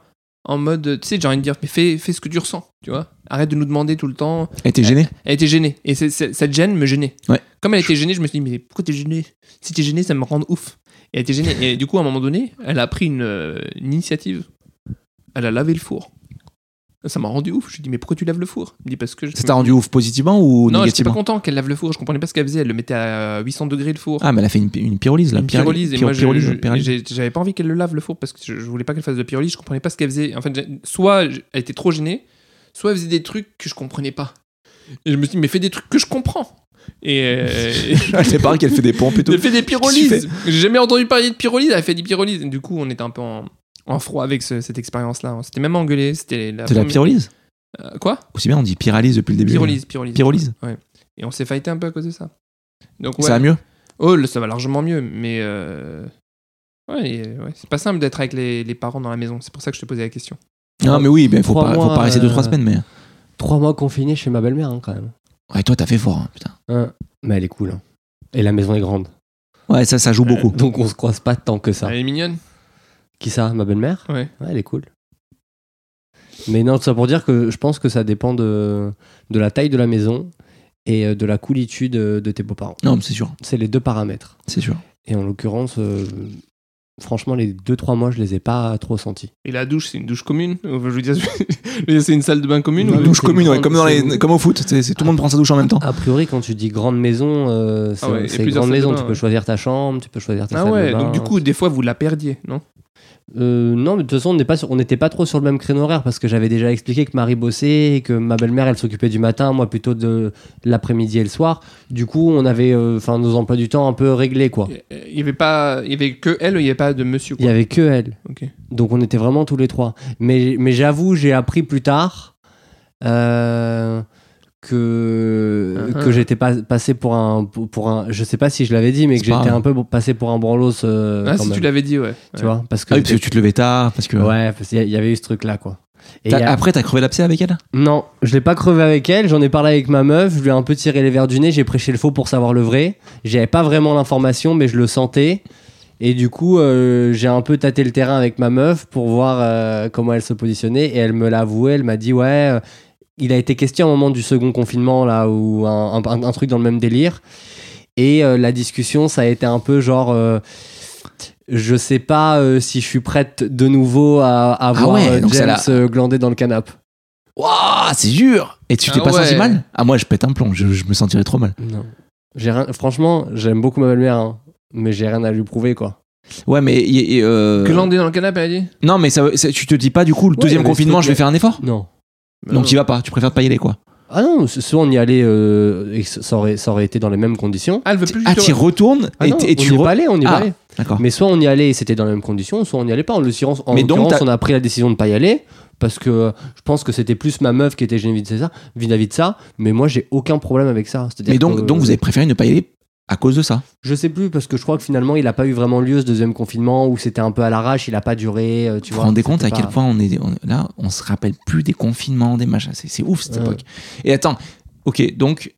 A: en mode. euh, Tu sais, j'ai envie de dire Mais fais, fais ce que tu ressens, tu vois. Arrête de nous demander tout le temps.
B: Elle était gênée
A: Elle était gênée. Et c'est- c'est- cette gêne me gênait.
B: Ouais.
A: Comme elle était gênée, je me suis dit Mais pourquoi t'es gênée Si t'es gênée, ça me rend ouf. Et elle était gênée. Et du coup, à un moment donné, elle a pris une, euh, une initiative. Elle a lavé le four. Ça m'a rendu ouf. Je lui ai dit, mais pourquoi tu laves le four Elle me dit, parce que je.
B: Ça t'a rendu ouf positivement
A: Non,
B: ou
A: j'étais pas
B: négativement
A: content qu'elle lave le four. Je comprenais pas ce qu'elle faisait. Elle le mettait à 800 degrés le four.
B: Ah, mais elle a fait une, une pyrolyse, là.
A: Une
B: Pyro-
A: pyrolyse. Et
B: pyro-
A: moi, je-
B: pyrolyse,
A: je-
B: pyrolyse.
A: j'ai- j'avais pas envie qu'elle le lave le four parce que je, je voulais pas qu'elle fasse de pyrolyse. Je comprenais pas ce qu'elle faisait. En fait, j'ai- soit elle était trop gênée, soit elle faisait des trucs que je comprenais pas. Et je me suis dit, mais fais des trucs que je comprends. Et euh,
B: Ah, C'est pareil qu'elle fait des pompes et tout.
A: elle fait des
B: Qu'est-ce
A: pyrolyses. J'ai jamais entendu parler de pyrolyses. Elle fait des pyrolyses. Et Du coup, on était un peu en, en froid avec ce- cette expérience-là. On s'était même engueulé. C'était la,
B: C'est la
A: première-
B: pyrolyse
A: Euh, Quoi
B: Aussi bien, on dit pyralyse depuis le début.
A: Pyrolyse, pyrolyse.
B: Pyrolyse.
A: Et on s'est fighté un peu à cause de ça. Donc, ouais.
B: Ça va mieux
A: Oh, là, ça va largement mieux, mais. euh, Ouais, et, euh, ouais. c'est pas simple d'être avec les, les parents dans la maison. C'est pour ça que je te posais la question.
B: Non, mais oui, il faut,
G: Trois
B: pas, faut
G: mois,
B: pas rester deux,
G: euh,
B: trois semaines, mais.
G: Trois mois confiné chez ma belle-mère, hein, quand même.
B: Ouais, toi, t'as fait fort, hein, putain.
G: Hein. Mais elle est cool. hein. Et la maison est grande.
B: Ouais, ça, ça joue beaucoup.
G: Donc on se croise pas tant que ça.
A: Elle est mignonne.
G: Qui ça Ma belle-mère
A: Ouais.
G: Elle est cool. Mais non, tout ça pour dire que je pense que ça dépend de, de la taille de la maison et euh, de la coolitude euh, de tes beaux-parents.
B: Non, mais c'est sûr,
G: C'est les deux paramètres.
B: c'est sûr.
G: Et en l'occurrence, euh, franchement, les deux, trois mois, je les ai pas trop sentis.
A: Et la douche, c'est une douche commune Ou Je veux dire, je veux dire, c'est une salle de bain commune
G: Une
A: ou-
B: douche
G: c'est
B: commune, ouais,
G: grande,
B: comme, dans
G: c'est-
B: les- comme au foot, c'est- c'est- tout le monde prend sa douche en même temps.
G: A priori, quand tu dis grande maison, euh, c'est
A: Ah ouais, et
G: c'est
A: plusieurs salles
G: grande
A: de
G: maison.
A: bain,
G: tu peux
A: ouais.
G: choisir ta chambre, tu peux choisir ta
A: Ah
G: salle
A: ouais,
G: de bain.
A: donc du coup, des fois, vous la perdiez, non
G: Euh, non, mais de toute façon, on n'est pas sur- on n'était pas trop sur le même créneau horaire parce que j'avais déjà expliqué que Marie bossait et que ma belle-mère, elle s'occupait du matin, moi plutôt de l'après-midi et le soir. Du coup, on avait euh, enfin nos emplois du temps un peu réglés, quoi.
A: Il y avait pas, il y avait que elle, il y avait pas de monsieur.
G: Il
A: Quoi.
G: y avait que elle.
A: Ok.
G: Donc, on était vraiment tous les trois. Mais, mais j'avoue, j'ai appris plus tard euh, que,
A: Ah, ah.
G: que j'étais pas, passé pour un, pour pour un. Je sais pas si je l'avais dit, mais que
B: C'est pas
G: j'étais
B: grave.
G: un peu passé pour un branlos. euh,
A: Ah,
G: quand
A: si
G: même.
A: tu l'avais dit, ouais.
G: Tu
A: Ouais.
G: vois Parce que.
B: Ah oui, parce que tu te levais tard, parce que.
G: Ouais, parce qu'il y a- il y avait eu ce truc-là, quoi. Et
B: T'as-
G: il y a-
B: Après, t'as crevé l'abcès avec elle
G: Non, je l'ai pas crevé avec elle, j'en ai parlé avec ma meuf, je lui ai un peu tiré les verres du nez, j'ai prêché le faux pour savoir le vrai. J'avais pas vraiment l'information, mais je le sentais. Et du coup, euh, j'ai un peu tâté le terrain avec ma meuf pour voir euh, comment elle se positionnait. Et elle me l'a avoué, elle m'a dit Ouais, euh, il a été question au moment du second confinement, là, ou un, un- un truc dans le même délire. Et euh, la discussion, ça a été un peu genre. euh, je sais pas euh, si je suis prête de nouveau à, à
B: Ah
G: voir
B: ouais,
G: euh,
B: donc ça
G: James
B: l'a-
G: euh, glander dans le canapé.
B: Waouh, c'est dur Et tu t'es
A: Ah
B: pas
A: ouais.
B: senti mal Ah, moi, je pète un plomb, je, je me sentirais trop mal.
G: Non. J'ai rien- Franchement, j'aime beaucoup ma belle-mère, hein, mais j'ai rien à lui prouver, quoi.
B: Ouais, mais. y- y- euh,
A: Glandé dans le canapé, elle a dit
B: Non, mais ça, ça- tu te dis pas, du coup, le deuxième
G: mais
B: confinement,
G: c'est-
B: je vais faire un effort
G: Non.
A: Euh,
B: Donc, tu y vas pas, tu préfères pas y aller, quoi.
G: Ah non, ce- soit on y allait euh, et ça aurait, ça aurait été dans les mêmes conditions.
A: Ah, elle veut plus.
B: Ah,
A: du tout.
B: t'y retournes
G: Ah
B: et,
G: non,
B: et
G: on
B: tu.
G: y est
B: re-
G: pas allé, on y est pas
B: Ah.
G: allé.
B: D'accord.
G: Mais soit on y allait et c'était dans les mêmes conditions, soit on n'y allait pas. En l'occurrence, en
B: Mais donc,
G: l'occurrence,
B: t'as-
G: on a pris la décision de pas y aller parce que euh, je pense que c'était plus ma meuf qui était gênée vis-à-vis de ça, vis-à-vis de ça. Mais moi, j'ai aucun problème avec ça. C'est-à-dire
B: Mais donc,
G: que-
B: donc, vous avez préféré ne pas y aller à cause de ça
G: Je sais plus parce que je crois que finalement, il a pas eu vraiment lieu ce deuxième confinement où c'était un peu à l'arrache, il a pas duré. euh, Tu
B: Vous vous
G: vois,
B: rendez compte à
G: c'était
B: quel
G: pas-
B: point on est on- là, on se rappelle plus des confinements, des machins. C'est c'est ouf cette
G: Ouais.
B: époque. Et attends, ok, donc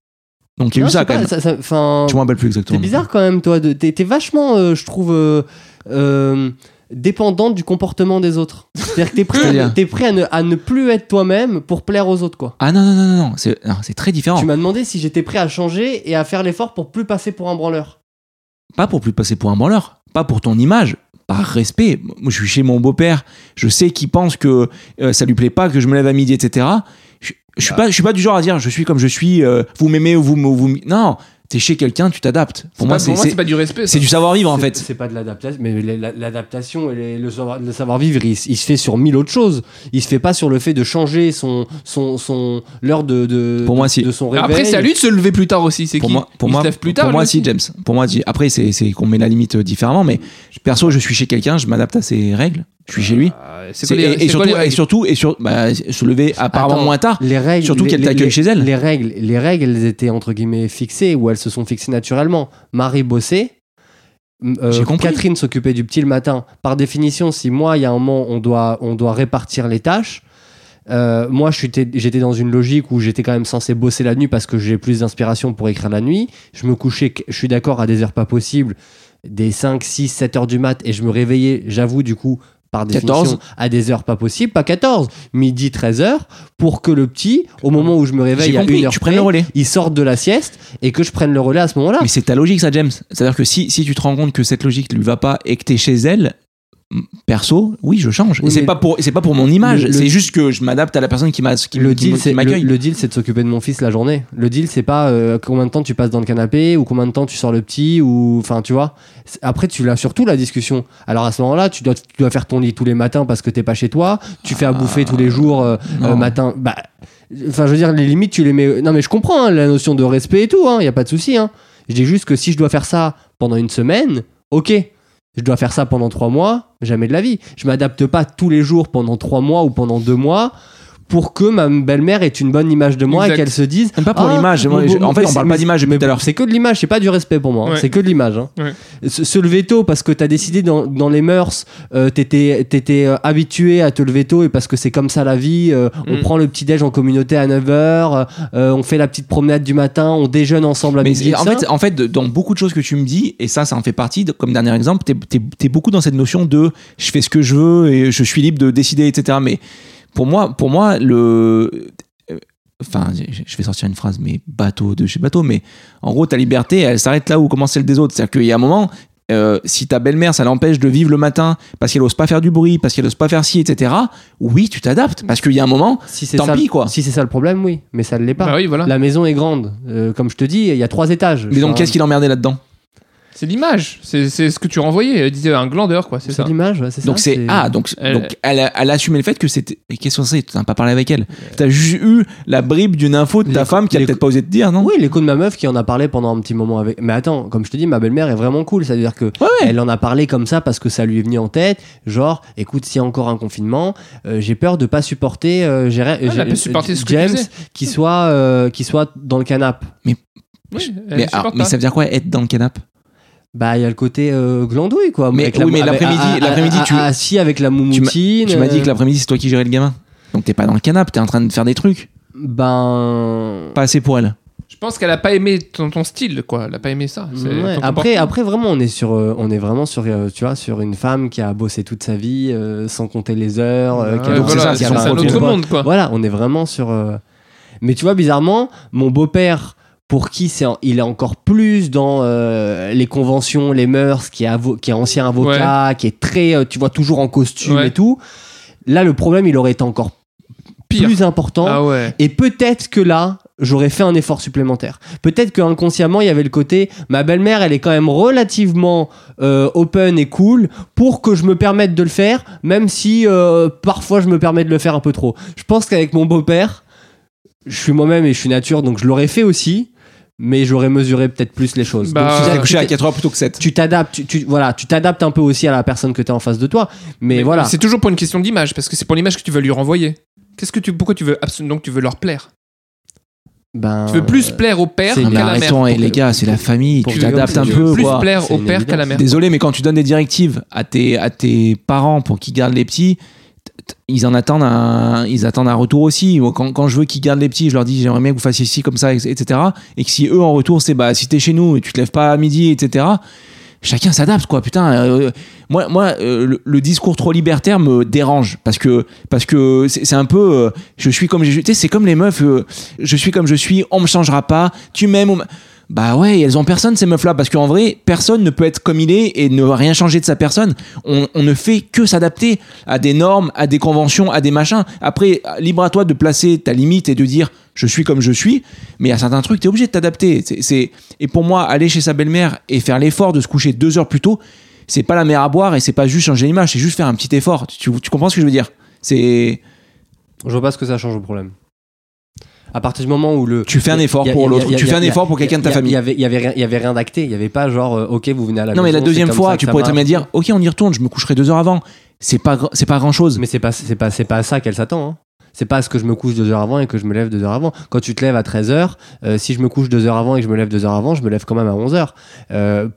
B: donc il y a eu
G: Non, je sais
B: ça quand
G: pas,
B: même.
G: ça- ça- enfin,
B: Je m'en rappelle plus
G: T'es
B: exactement.
G: bizarre quand même, toi. de- T'es t'es vachement, euh, je trouve, euh, euh, dépendante du comportement des autres. C'est-à-dire que t'es prêt, à,
B: C'est-à-dire
G: t'es prêt à ne, à ne plus être toi-même pour plaire aux autres, quoi.
B: Ah non non non non, non, c'est non, c'est très différent.
G: Tu m'as demandé si j'étais prêt à changer et à faire l'effort pour plus passer pour un branleur.
B: Pas pour plus passer pour un branleur, pas pour ton image, par respect. Moi je suis chez mon beau-père, je sais qu'il pense que euh, ça lui plaît pas que je me lève à midi etc. Je, je
G: Bah.
B: suis pas je suis pas du genre à dire je suis comme je suis, euh, vous m'aimez ou vous me- vous me- non, t'es chez quelqu'un, tu t'adaptes.
A: Pour
B: Pour moi
A: pas- pour
B: c'est
A: moi, c'est
B: c'est-
A: pas du respect.
B: c'est
A: ça.
B: du savoir-vivre en
G: C'est-
B: fait.
G: C'est pas de l'adaptation, mais la- la- l'adaptation et les- le, savoir- le savoir-vivre, il, s- il se fait sur mille autres choses. Il se fait pas sur le fait de changer son, son, son, l'heure de, de,
B: Pour moi,
G: de-
B: si.
G: de son réveil.
A: Après, c'est à lui de se lever plus tard aussi. C'est
B: pour
A: qui
B: moi, pour
A: Il
B: moi,
A: se lève plus tard.
B: pour moi,
A: lui
B: si
A: aussi
B: James. Pour moi, si- après, c'est c'est qu'on met la limite euh, différemment, mais perso, je suis chez quelqu'un, je m'adapte à ses règles. Je suis chez lui.
A: Ah, C'est
B: C'est-
A: quoi les-
B: et, et
A: c'est quoi
B: surtout,
A: les
B: et
A: règles
B: surtout, et sur, bah, se lever apparemment
G: Attends.
B: moins tard.
G: Les règles,
B: Surtout
G: les-
B: qu'elle
G: les-
B: t'accueille
G: les-
B: chez elle.
G: Les règles, les règles, elles étaient entre guillemets fixées ou elles se sont fixées naturellement. Marie bossait. m- euh,
B: J'ai compris.
G: Catherine s'occupait du petit le matin. Par définition, si moi, il y a un moment, on doit, on doit répartir les tâches. euh, moi, je suis t- j'étais dans une logique où j'étais quand même censé bosser la nuit parce que j'ai plus d'inspiration pour écrire la nuit. Je me couchais, que- je suis d'accord, à des heures pas possibles, des 5, 6, 7 heures du mat, et je me réveillais, j'avoue, du coup, par définition,
B: 14.
G: à des heures pas possibles, pas 14, midi, 13 heures, pour que le petit, au moment où je me
B: J'ai
G: réveille à
B: compris,
G: une heure
B: tu prennes
G: près,
B: le relais.
G: il sorte de la sieste et que je prenne le relais à ce moment-là.
B: Mais c'est ta logique, ça, James. C'est-à-dire que si, si tu te rends compte que cette logique lui va pas et que t'es chez elle, perso, oui, je change.
G: Oui,
B: et c'est
G: mais-
B: pas pour, c'est pas pour mon image.
G: Le- le-
B: C'est juste que je m'adapte à la personne qui m'a, qui,
G: le
B: qui-
G: deal,
B: qui
G: c'est le,
B: m'accueille.
G: le deal, c'est de s'occuper de mon fils la journée. Le deal, c'est pas euh, combien de temps tu passes dans le canapé ou combien de temps tu sors le petit ou enfin tu vois. C'est- Après, tu l'as surtout la discussion. Alors à ce moment-là, tu dois, tu dois faire ton lit tous les matins parce que t'es pas chez toi. Tu fais à bouffer tous les jours euh,
B: Ah. non.
G: euh, matin. Bah, enfin, je veux dire, les limites, tu les mets. Non, mais je comprends hein, la notion de respect et tout. Il y a pas de souci. Hein. Je dis juste que si je dois faire ça pendant une semaine, ok. Je dois faire ça pendant trois mois, jamais de la vie. Je m'adapte pas tous les jours pendant trois mois ou pendant deux mois pour que ma belle-mère ait une bonne image de moi
A: Exact.
G: et qu'elle se dise.
B: Même pas pour
G: Ah,
B: l'image. moi,
G: mon
B: je-
G: beau-
B: en fait, on parle pas
G: mais-
B: d'image depuis
G: mais
B: tout à l'heure.
G: C'est que de l'image, c'est pas du respect pour moi. hein.
A: Ouais.
G: C'est que de l'image. hein. Se, se lever tôt parce que t'as décidé dans, dans les mœurs, euh, t'étais t'étais, euh, habitué à te lever tôt et parce que c'est comme ça la vie. euh, On
A: Mm.
G: prend le petit déj en communauté à 9h, euh, on fait la petite promenade du matin, on déjeune ensemble à
B: Mais
G: midi. et
B: c'est- en
G: ça.
B: fait, en fait, de- dans beaucoup de choses que tu me dis, et ça, ça en fait partie, de- comme dernier exemple, t'es es, beaucoup dans cette notion de je fais ce que je veux et je suis libre de décider, etc. Mais pour moi, pour moi le. euh, Enfin, je- je vais sortir une phrase, mais bateau de chez bateau, mais en gros, ta liberté, elle s'arrête là où commence celle des autres. C'est-à-dire qu'il y a un moment, euh, si ta belle-mère, ça l'empêche de vivre le matin parce qu'elle ose pas faire du bruit, parce qu'elle ose pas faire ci, etc., oui, tu t'adaptes. Parce qu'il y a un moment,
G: si c'est
B: tant
G: ça,
B: pis, quoi.
G: Si c'est ça le problème, oui. Mais ça ne l'est pas.
A: Bah oui, voilà.
G: La maison est grande. Euh, comme je te dis, il y a trois étages.
B: mais donc,
G: Enfin,
B: qu'est-ce qu'il emmerdait là-dedans
A: C'est l'image, c'est c'est ce que tu renvoyais. Elle disait un glandeur, quoi, c'est
G: C'est
A: ça.
G: l'image, ouais, c'est ça.
B: Donc c'est ah donc
A: Elle-
B: donc elle a, elle a assumé le fait que c'était et qu'est-ce que c'est t'as pas parlé avec elle t'as juste eu la bribe d'une info de ta
G: Les-
B: femme qui a
G: les-
B: peut-être pas osé te dire non
G: Oui, l'écho de ma meuf qui en a parlé pendant un petit moment avec. Mais attends, comme je te dis, ma belle-mère est vraiment cool. C'est-à-dire que
B: ouais ouais
G: elle en a parlé comme ça parce que ça lui est venu en tête. Genre, écoute, s'il y a encore un confinement, euh, j'ai peur de pas supporter euh, j'ai-
A: Ah, elle a
G: j'ai-
A: pas supporté ce que tu
G: James
A: disais.
G: qui soit euh, qui soit dans le canap.
A: Oui, elle
B: mais,
A: supporte
B: alors,
A: pas.
B: mais ça veut dire quoi être dans le canapé
G: Bah, il y a le côté euh, glandouille quoi.
B: Mais
G: Avec
B: oui, mais
G: avec-
B: l'après-midi-
G: à- à-
B: l'après-midi,
G: à-
B: tu-
G: à- assis avec la moumoutine.
B: tu m'as dit
G: euh,
B: que l'après-midi c'est toi qui gérais le gamin donc t'es pas dans le canapé t'es en train de faire des trucs
G: ben
B: pas assez pour elle
A: Je pense qu'elle a pas aimé ton, ton style, quoi. Elle a pas aimé ça. C'est
G: Ouais,
A: ton
G: Après, euh,
A: comportement.
G: après, vraiment, on est sur, euh, on est vraiment sur, euh, tu vois, sur une femme qui a bossé toute sa vie, euh, sans compter les heures. euh, qui a
A: Ouais,
G: lancé
A: Ah, voilà,
G: ça, qui a
A: c'est
G: lancé
A: un
G: le
A: autre
G: pot.
A: monde, quoi.
G: Voilà, on est vraiment sur. euh, Mais tu vois, bizarrement, mon beau-père, pour qui c'est, en- il est encore plus dans euh, les conventions, les mœurs, qui est, avo- qui est ancien avocat, qui est très, euh, tu vois, toujours en costume
A: Ouais.
G: et tout. Là, le problème, il aurait été encore
A: Pire.
G: plus hein. important.
A: Ah ouais.
G: Et peut-être que là, j'aurais fait un effort supplémentaire. Peut-être qu'inconsciemment, il y avait le côté, ma belle-mère, elle est quand même relativement euh, open et cool pour que je me permette de le faire, même si euh, parfois je me permets de le faire un peu trop. Je pense qu'avec mon beau-père, je suis moi-même et je suis nature, donc je l'aurais fait aussi, mais j'aurais mesuré peut-être plus les choses.
A: Bah,
G: Donc,
B: t'as
A: euh,
B: couché à 4 heures plutôt que 7
G: tu t'adaptes, tu, tu- voilà, tu t'adaptes un peu aussi à la personne que tu as en face de toi, mais,
A: Mais
G: voilà.
A: C'est toujours pour une question d'image, parce que c'est pour l'image que tu veux lui renvoyer. Qu'est-ce que tu, pourquoi tu veux absolument, donc tu veux leur plaire
G: Ben,
A: Tu veux plus plaire au père
G: c'est
A: qu'à
G: une
B: mais
A: la mère.
B: arrêtons eh, les gars c'est la famille
G: pour
B: tu
A: veux-
B: t'adaptes
G: Guillaume,
B: un
A: tu
G: c'est
A: veux
B: peu
A: Plus
B: quoi
A: plaire
G: C'est
A: au
G: une
A: père qu'à la
G: évidence.
A: mère.
B: Désolé, mais quand tu donnes des directives à tes, à tes parents pour qu'ils gardent les petits, t- t- ils en attendent un, ils attendent un retour aussi. Moi, Quand, quand je veux qu'ils gardent les petits, je leur dis j'aimerais bien que vous fassiez ci comme ça, etc. Et que si eux en retour, c'est bah si t'es chez nous et tu te lèves pas à midi, etc. Chacun s'adapte quoi, putain. euh, moi, moi, euh, le, le discours trop libertaire me dérange parce que parce que c'est c'est un peu, euh, je suis comme j'ai, tu sais, c'est comme les meufs, euh, je suis comme je suis, on me changera pas, tu m'aimes. on m'- Bah ouais, elles ont personne ces meufs-là parce qu'en vrai, personne ne peut être comme il est et ne rien changer de sa personne. On, on ne fait que s'adapter à des normes, à des conventions, à des machins. Après, libre à toi de placer ta limite et de dire je suis comme je suis, mais à certains trucs, t'es obligé de t'adapter. C'est- c'est- Et pour moi, aller chez sa belle-mère et faire l'effort de se coucher deux heures plus tôt, c'est pas la mer à boire et c'est pas juste changer l'image, c'est juste faire un petit effort. Tu, tu comprends ce que je veux dire C'est
G: Je vois pas ce que ça change au problème. À partir du moment où le.
B: Tu fais un effort
G: Y a-
B: pour
G: y a-
B: l'autre,
G: y a-
B: tu
G: y a-
B: fais un
G: y a-
B: effort pour quelqu'un de ta
G: y a-
B: famille.
G: y avait- Il y avait, rien- il y avait rien d'acté. Il y avait pas genre, euh, ok, vous venez à la
B: non, mais la
G: maison,
B: deuxième
G: c'est comme
B: fois,
G: ça que
B: tu
G: ça
B: pourrais très
G: marche.
B: bien dire Ok, on y retourne, je me coucherai deux heures avant. C'est pas, gr- c'est pas grand chose.
G: Mais c'est pas, c'est pas, c'est pas à ça qu'elle s'attend. hein. C'est pas à ce que je me couche deux heures avant et que je me lève deux heures avant. Quand tu te lèves à 13h, si je me couche deux heures avant et que je me lève deux heures avant, je me lève quand même à 11h.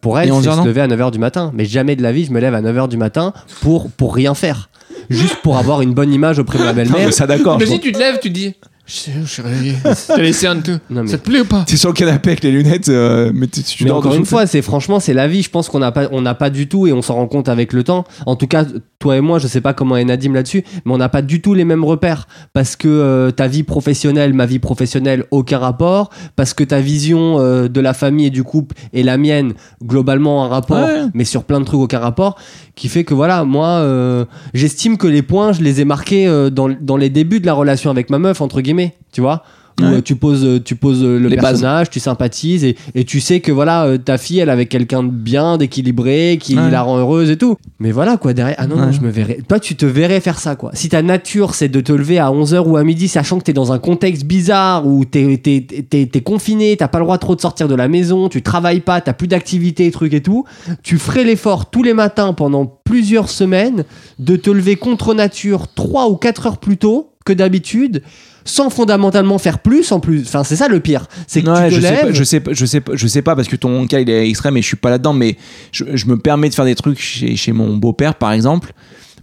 G: pour
B: Et
G: elle,
B: 11
G: c'est
B: heures,
G: se
B: non
G: lever à 9h du matin. Mais jamais de la vie, je me lève à 9h du matin pour, pour rien faire. Juste pour avoir une bonne image auprès de ma
B: Non,
G: belle-mère.
B: mais ça d'accord.
A: Imagine, tu te lèves, tu te dis Je sais, je suis réveillé. T'as laissé un de tout.
G: Non, mais-
A: Ça te plaît ou pas
B: T'es sur le canapé avec les lunettes, euh, mais tu, tu
G: mais
B: dors
G: encore
B: dessous.
G: une fois, c'est franchement, c'est la vie. Je pense qu'on n'a pas, on n'a pas du tout, et on s'en rend compte avec le temps. En tout cas, toi et moi, je sais pas comment est Nadim là-dessus, mais on n'a pas du tout les mêmes repères parce que euh, ta vie professionnelle, ma vie professionnelle, aucun rapport, parce que ta vision euh, de la famille et du couple et la mienne, globalement un rapport,
B: Ouais.
G: mais sur plein de trucs aucun rapport, qui fait que voilà, moi, euh, j'estime que les points, je les ai marqués euh, dans, dans les débuts de la relation avec ma meuf, entre guillemets, tu vois où,
B: Ouais.
G: euh, tu poses, euh, tu poses euh, le
B: Les bases.
G: personnage, tu sympathises et, et tu sais que voilà euh, ta fille elle est avec quelqu'un de bien, d'équilibré, qui
B: Ouais.
G: la rend heureuse et tout. Mais voilà quoi derrière. Ah non, non
B: Ouais.
G: je me verrais. Toi tu te verrais faire ça quoi. Si ta nature c'est de te lever à 11h ou à midi sachant que t'es dans un contexte bizarre où t'es t'es- t'es- t'es confiné, t'as pas le droit trop de sortir de la maison, tu travailles pas, t'as plus d'activité, trucs et tout, tu ferais l'effort tous les matins pendant plusieurs semaines de te lever contre nature 3 ou 4 heures plus tôt que d'habitude sans fondamentalement faire plus en plus. Enfin, c'est ça le pire. C'est que
B: Ouais,
G: tu
B: je
G: te
B: sais,
G: lèves.
B: pas, je sais pas, je sais pas, je sais pas parce que ton cas il est extrême et je suis pas là-dedans, mais je, je me permets de faire des trucs chez, chez mon beau-père par exemple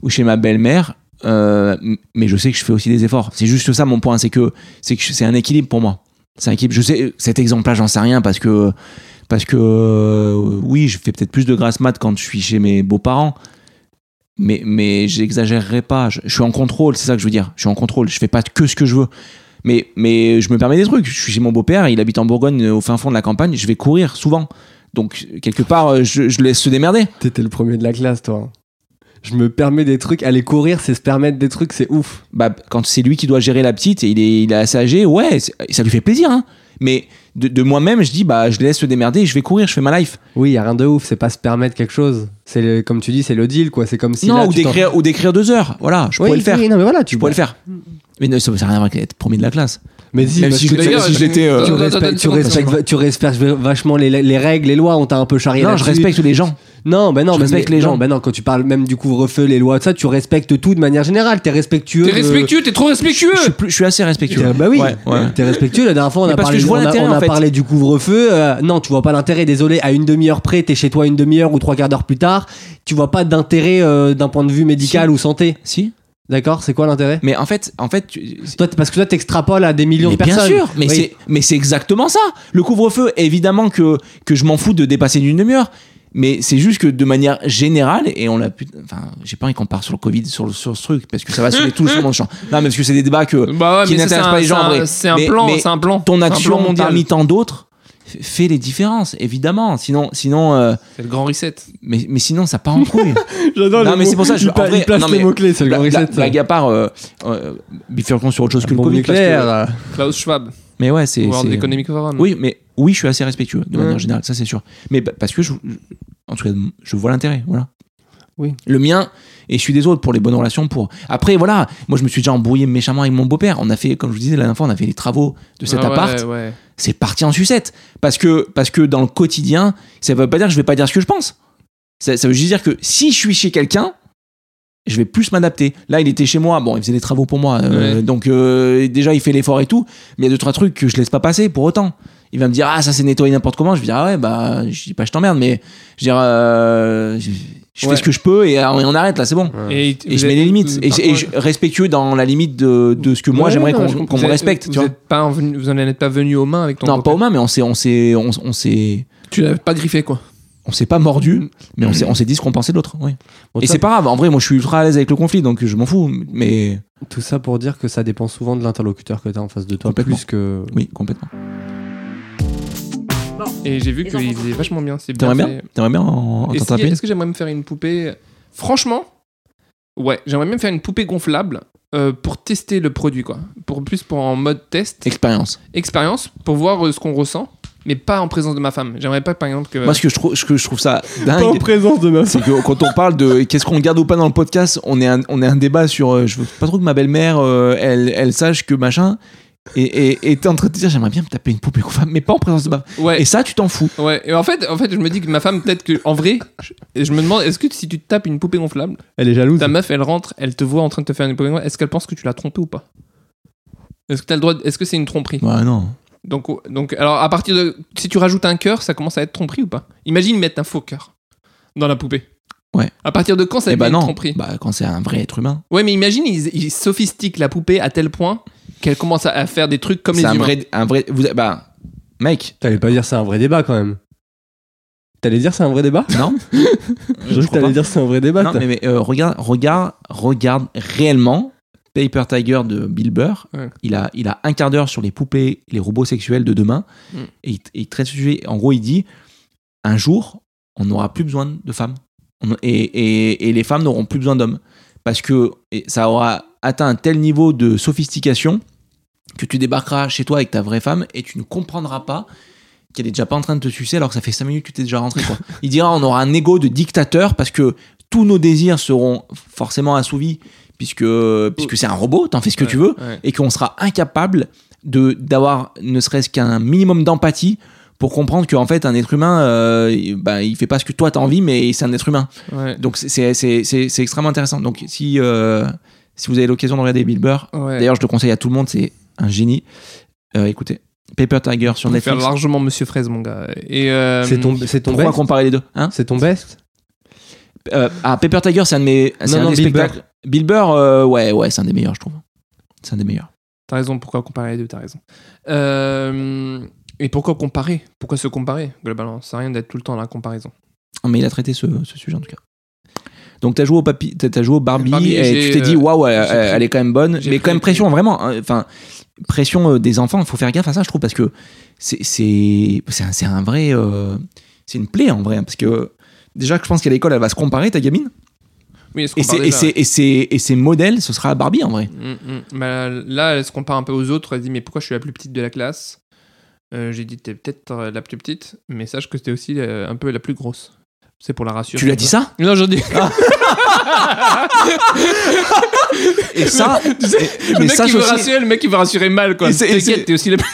B: ou chez ma belle-mère, euh, m- mais je sais que je fais aussi des efforts. C'est juste ça mon point, c'est que c'est que je- c'est un équilibre pour moi. C'est un équilibre. Je sais cet exemple-là, j'en sais rien parce que parce que euh, oui, je fais peut-être plus de grasse mat quand je suis chez mes beaux-parents. Mais, mais j'exagérerai pas, je, je suis en contrôle, c'est ça que je veux dire. Je suis en contrôle, je fais pas que ce que je veux. Mais, mais je me permets des trucs. Je suis chez mon beau-père, il habite en Bourgogne, euh, au fin fond de la campagne. Je vais courir souvent. Donc, quelque part, euh, je, je laisse se démerder.
G: T'étais le premier de la classe, toi. Je me permets des trucs. Aller courir, c'est se permettre des trucs, c'est ouf.
B: Bah, quand c'est lui qui doit gérer la petite et il est, il est assez âgé, ouais, c'est- ça lui fait plaisir. hein. Mais de, de moi-même, je dis, bah, je laisse se démerder et je vais courir, je fais ma life.
G: Oui, y a rien de ouf. C'est pas se permettre quelque chose. C'est le- comme tu dis, c'est le deal, quoi. C'est comme si
B: non,
G: là,
B: ou
G: tu t'en-
B: d'écrire, ou d'écrire deux heures. Voilà, je
G: Oui,
B: pourrais le faire.
G: oui, non, mais voilà, tu
B: Je pourrais le faire. Mais ne, ça n'a rien à voir avec être premier de la classe.
G: Mais si,
B: Même
G: parce
B: si
G: que
B: je-
G: tu-
B: d'ailleurs, si j'étais, euh,
G: tu,
A: Attends, attends,
G: respectes,
A: une
G: tu,
A: seconde, excuse-moi.
G: respectes, tu respectes vachement les, les règles, les lois. On t'a un peu charrié
B: Non, je
G: là-dessus.
B: respecte les gens.
G: Non, ben non,
B: Je
G: mais-
B: respecte
G: mais-
B: les
G: non,
B: gens.
G: ben non, quand tu parles même du couvre-feu, les lois, tout ça, tu respectes tout de manière générale. T'es respectueux.
A: T'es
G: de-
A: respectueux, t'es trop
B: Je suis,
A: respectueux
B: plus- je suis assez respectueux.
G: Bah oui,
B: Ouais, Ah, ouais.
G: t'es respectueux. La dernière fois, on
B: Mais
G: a
B: parce
G: parlé,
B: que je vois
G: on a-
B: l'intérêt,
G: on a
B: en fait.
G: parlé du couvre-feu. euh, non, tu vois pas l'intérêt, désolé. À une demi-heure près, t'es chez toi une demi-heure ou trois quarts d'heure plus tard. Tu vois pas d'intérêt euh, d'un point de vue médical ou santé.
B: Si.
G: D'accord C'est quoi l'intérêt
B: Mais en fait, en fait, tu-
G: Toi, t- Parce que toi, t'extrapoles à des millions
B: mais
G: de personnes.
B: Bien sûr, mais
G: Oui.
B: c'est mais c'est exactement ça. Le couvre-feu, évidemment que que je m'en fous de dépasser d'une demi-heure, mais c'est juste que de manière générale et on l'a pu enfin, j'ai pas envie qu'on part sur le Covid sur le- sur ce truc parce que ça va se mettre tout le monde champ. Non, mais parce que c'est des débats que
A: Bah ouais,
B: qui
A: mais ça, c'est
B: n'intéresse pas
A: un-
B: les gens
A: c'est
B: en
A: un-
B: vrai.
A: C'est un
B: Mais-
A: plan,
B: mais
A: c'est un plan.
B: ton
A: C'est un plan
B: action
A: mental.
B: parmi tant d'autres f- fait les différences évidemment. Sinon sinon euh,
A: C'est le grand reset.
B: mais, mais sinon ça part en couille.
G: J'adore
B: Non,
G: les
B: mais
G: mots.
B: c'est pour ça, je-
G: Il
B: en
G: pla-
B: vrai,
G: il place
B: non,
G: les
B: mais
G: mots-clés, c'est le
B: La,
G: grand
B: la,
G: reset.
B: blague à part euh, euh, bifurquons sur autre chose que
G: Bombe
B: le Covid parce que-
G: nucléaire, euh,
A: Klaus Schwab,
B: mais ouais, c'est
A: World
B: c'est-
A: Economic Forum.
B: Oui, mais oui, je suis assez respectueux de
A: Ouais.
B: manière générale, ça c'est sûr. Mais pa- parce que je, je- en tout cas, je vois l'intérêt, voilà.
G: Oui.
B: Le mien et celui des autres pour les bonnes relations. Pour après, voilà, moi je me suis déjà embrouillé méchamment avec mon beau-père. On a fait, comme je vous disais la dernière fois, on a fait les travaux de cet
A: Ah ouais,
B: appart.
A: ouais.
B: C'est parti en sucette parce que parce que dans le quotidien, ça veut pas dire que je vais pas dire ce que je pense. Ça, ça veut juste dire que si je suis chez quelqu'un, je vais plus m'adapter. Là, il était chez moi, bon, il faisait des travaux pour moi, euh,
A: Ouais.
B: donc euh, déjà il fait l'effort et tout, mais il y a deux trois trucs que je laisse pas passer pour autant. Il va me dire ah ça c'est nettoyé n'importe comment, je vais dire ah ouais bah je dis pas je t'emmerde, mais je veux dire euh, je, je
A: Ouais.
B: fais ce que je peux et euh, on arrête là, c'est bon. Et je mets les limites et, et je- respectueux dans la limite de, de ce que moi
A: Ouais,
B: j'aimerais
A: non,
B: qu'on
A: je comprends.
B: qu'on me
A: Vous êtes-
B: respecte.
A: Vous,
B: tu vois.
A: êtes pas en venu- vous en êtes pas venu aux mains avec ton
B: Non, pas
A: copain.
B: aux mains, mais on s'est, on s'est, on, on s'est,
A: Tu l'avais pas griffé, quoi.
B: on s'est pas
A: Mm.
B: mordu, mais on s'est, on s'est dit ce qu'on pensait de l'autre. oui.
G: Bon,
B: Et
G: toi,
B: c'est pas grave. En vrai, moi, je suis ultra à l'aise avec le conflit, donc je m'en fous. Mais
G: Tout ça pour dire que ça dépend souvent de l'interlocuteur que t'as en face de toi,
B: Complètement.
G: plus que.
B: oui, complètement.
A: Et j'ai vu
C: Les enfants
A: qu'il
C: sont
A: faisait
C: cool.
A: vachement bien. C'est bien.
B: T'aimerais bien,
A: fait.
B: t'aimerais bien en, en
A: Et si-
B: taper.
A: Est-ce que j'aimerais me faire une poupée Franchement, ouais, j'aimerais même faire une poupée gonflable euh, pour tester le produit, quoi. Pour plus pour en mode test,
B: Expérience.
A: expérience, pour voir euh, ce qu'on ressent, mais pas en présence de ma femme. J'aimerais pas, par exemple, que.
B: Moi, ce que je trouve, ce que je trouve ça
G: Pas en
B: dingue.
G: présence de ma
B: C'est que quand on parle de qu'est-ce qu'on garde ou pas dans le podcast, on est un, on est un débat sur euh, je veux pas trop que ma belle-mère euh, elle, elle sache que machin et et et t'es en train de te dire j'aimerais bien me taper une poupée gonflable, mais pas en présence de ma
A: ouais.
B: et ça tu t'en fous
A: Ouais, et en fait, en fait, je me dis que ma femme, peut-être que, en vrai, je, et je me demande, est-ce que si tu tapes une poupée gonflable,
G: Elle est jalouse.
A: ta meuf, elle rentre, elle te voit en train de te faire une poupée gonflable, est-ce qu'elle pense que tu l'as trompée ou pas Est-ce que t'as le droit de- Est-ce que c'est une tromperie
B: bah non
A: Donc, o- donc, alors à partir de, si tu rajoutes un cœur, ça commence à être tromperie ou pas Imagine mettre un faux cœur dans la poupée.
B: Ouais.
A: À partir de quand ça
B: Eh
A: devient
B: bah
A: une
B: non
A: tromperie
B: bah quand c'est un vrai être humain
A: Ouais, mais imagine, ils, ils sophistiquent la poupée à tel point qu'elle commence à- à faire des trucs comme les
B: c'est un
A: humains.
B: vrai, un vrai vous, bah mec
G: T'allais pas dire c'est un vrai débat quand même. T'allais dire c'est un vrai débat
B: Non,
G: Je
B: crois
G: t'allais
B: pas.
G: dire c'est un vrai débat.
B: non
G: toi.
B: mais, mais, euh, regarde, regarde, regarde réellement Paper Tiger de Bill Burr.
A: Ouais.
B: Il, a, il a un quart d'heure sur les poupées, les robots sexuels de demain.
A: Mm.
B: Et il, et il traite ce sujet. En gros, il dit un jour, on n'aura plus besoin de femmes. On- et, et- et les femmes n'auront plus besoin d'hommes. Parce que et ça aura atteint un tel niveau de sophistication que tu débarqueras chez toi avec ta vraie femme et tu ne comprendras pas qu'elle est déjà pas en train de te sucer alors que ça fait 5 minutes que tu t'es déjà rentré. Quoi. Il dira on aura un ego de dictateur parce que tous nos désirs seront forcément assouvis puisque, puisque c'est un robot, t'en fais ce que tu veux
A: Ouais.
B: et qu'on sera incapable de d'avoir ne serait-ce qu'un minimum d'empathie pour comprendre qu'en fait un être humain euh, il- bah, il fait pas ce que toi t'as envie mais c'est un être humain
A: Ouais.
B: donc c'est- c'est c'est- c'est- c'est extrêmement intéressant donc si euh, si vous avez l'occasion de regarder Bill Burr
A: Ouais.
B: d'ailleurs je le conseille à tout le monde c'est un génie Euh, écoutez Paper Tiger sur
A: Je préfère
B: Netflix
A: largement Monsieur Fraise, mon gars. Et euh,
G: C'est ton, c'est ton
B: pourquoi
G: best
B: comparer les deux hein
G: C'est ton best
B: Euh, ah Paper Tiger c'est un de mes c'est
G: Non,
B: un
G: non,
B: des
G: Bill
B: spectacles Bill Burr euh, ouais ouais c'est un des meilleurs je trouve c'est un des meilleurs
A: T'as raison, pourquoi comparer les deux T'as raison. Euh, et pourquoi comparer Pourquoi se comparer Globalement, ça sert à rien d'être tout le temps dans la comparaison.
B: mais il a traité ce, ce sujet en tout cas. Donc t'as joué au papy, t'as- t'as joué au Barbie,
A: Barbie,
B: et
A: j'ai,
B: tu t'es dit
A: euh,
B: waouh, elle,
A: j'ai pris-
B: elle est quand même bonne,
A: j'ai
B: mais
A: pris-
B: quand même pression vraiment, hein, enfin pression euh, des enfants, il faut faire gaffe à ça je trouve parce que c'est c'est c'est un, c'est un vrai, euh, c'est une plaie en vrai hein, parce que euh, déjà que je pense qu'à l'école elle va se comparer ta gamine
A: Oui, elle se
B: et
A: compare
B: c'est et
A: déjà.
B: c'est et c'est- et ses modèles ce sera Barbie en vrai.
A: Mm, mm. Bah, là, elle se compare un peu aux autres. Elle dit Mais pourquoi je suis la plus petite de la classe Euh, J'ai dit T'es peut-être euh, la plus petite, mais sache que t'es aussi euh, un peu la plus grosse. C'est pour la rassurer.
B: Tu lui as dit ça Ah,
A: Non, j'ai dit.
B: Et ça,
A: Tu sais, le
B: et- mais
A: mec
B: ça
A: qui
B: je
A: veut
B: aussi.
A: rassurer, le mec qui veut rassurer mal, quoi.
B: Et c'est- et c'est-
A: T'inquiète, t'es aussi la plus.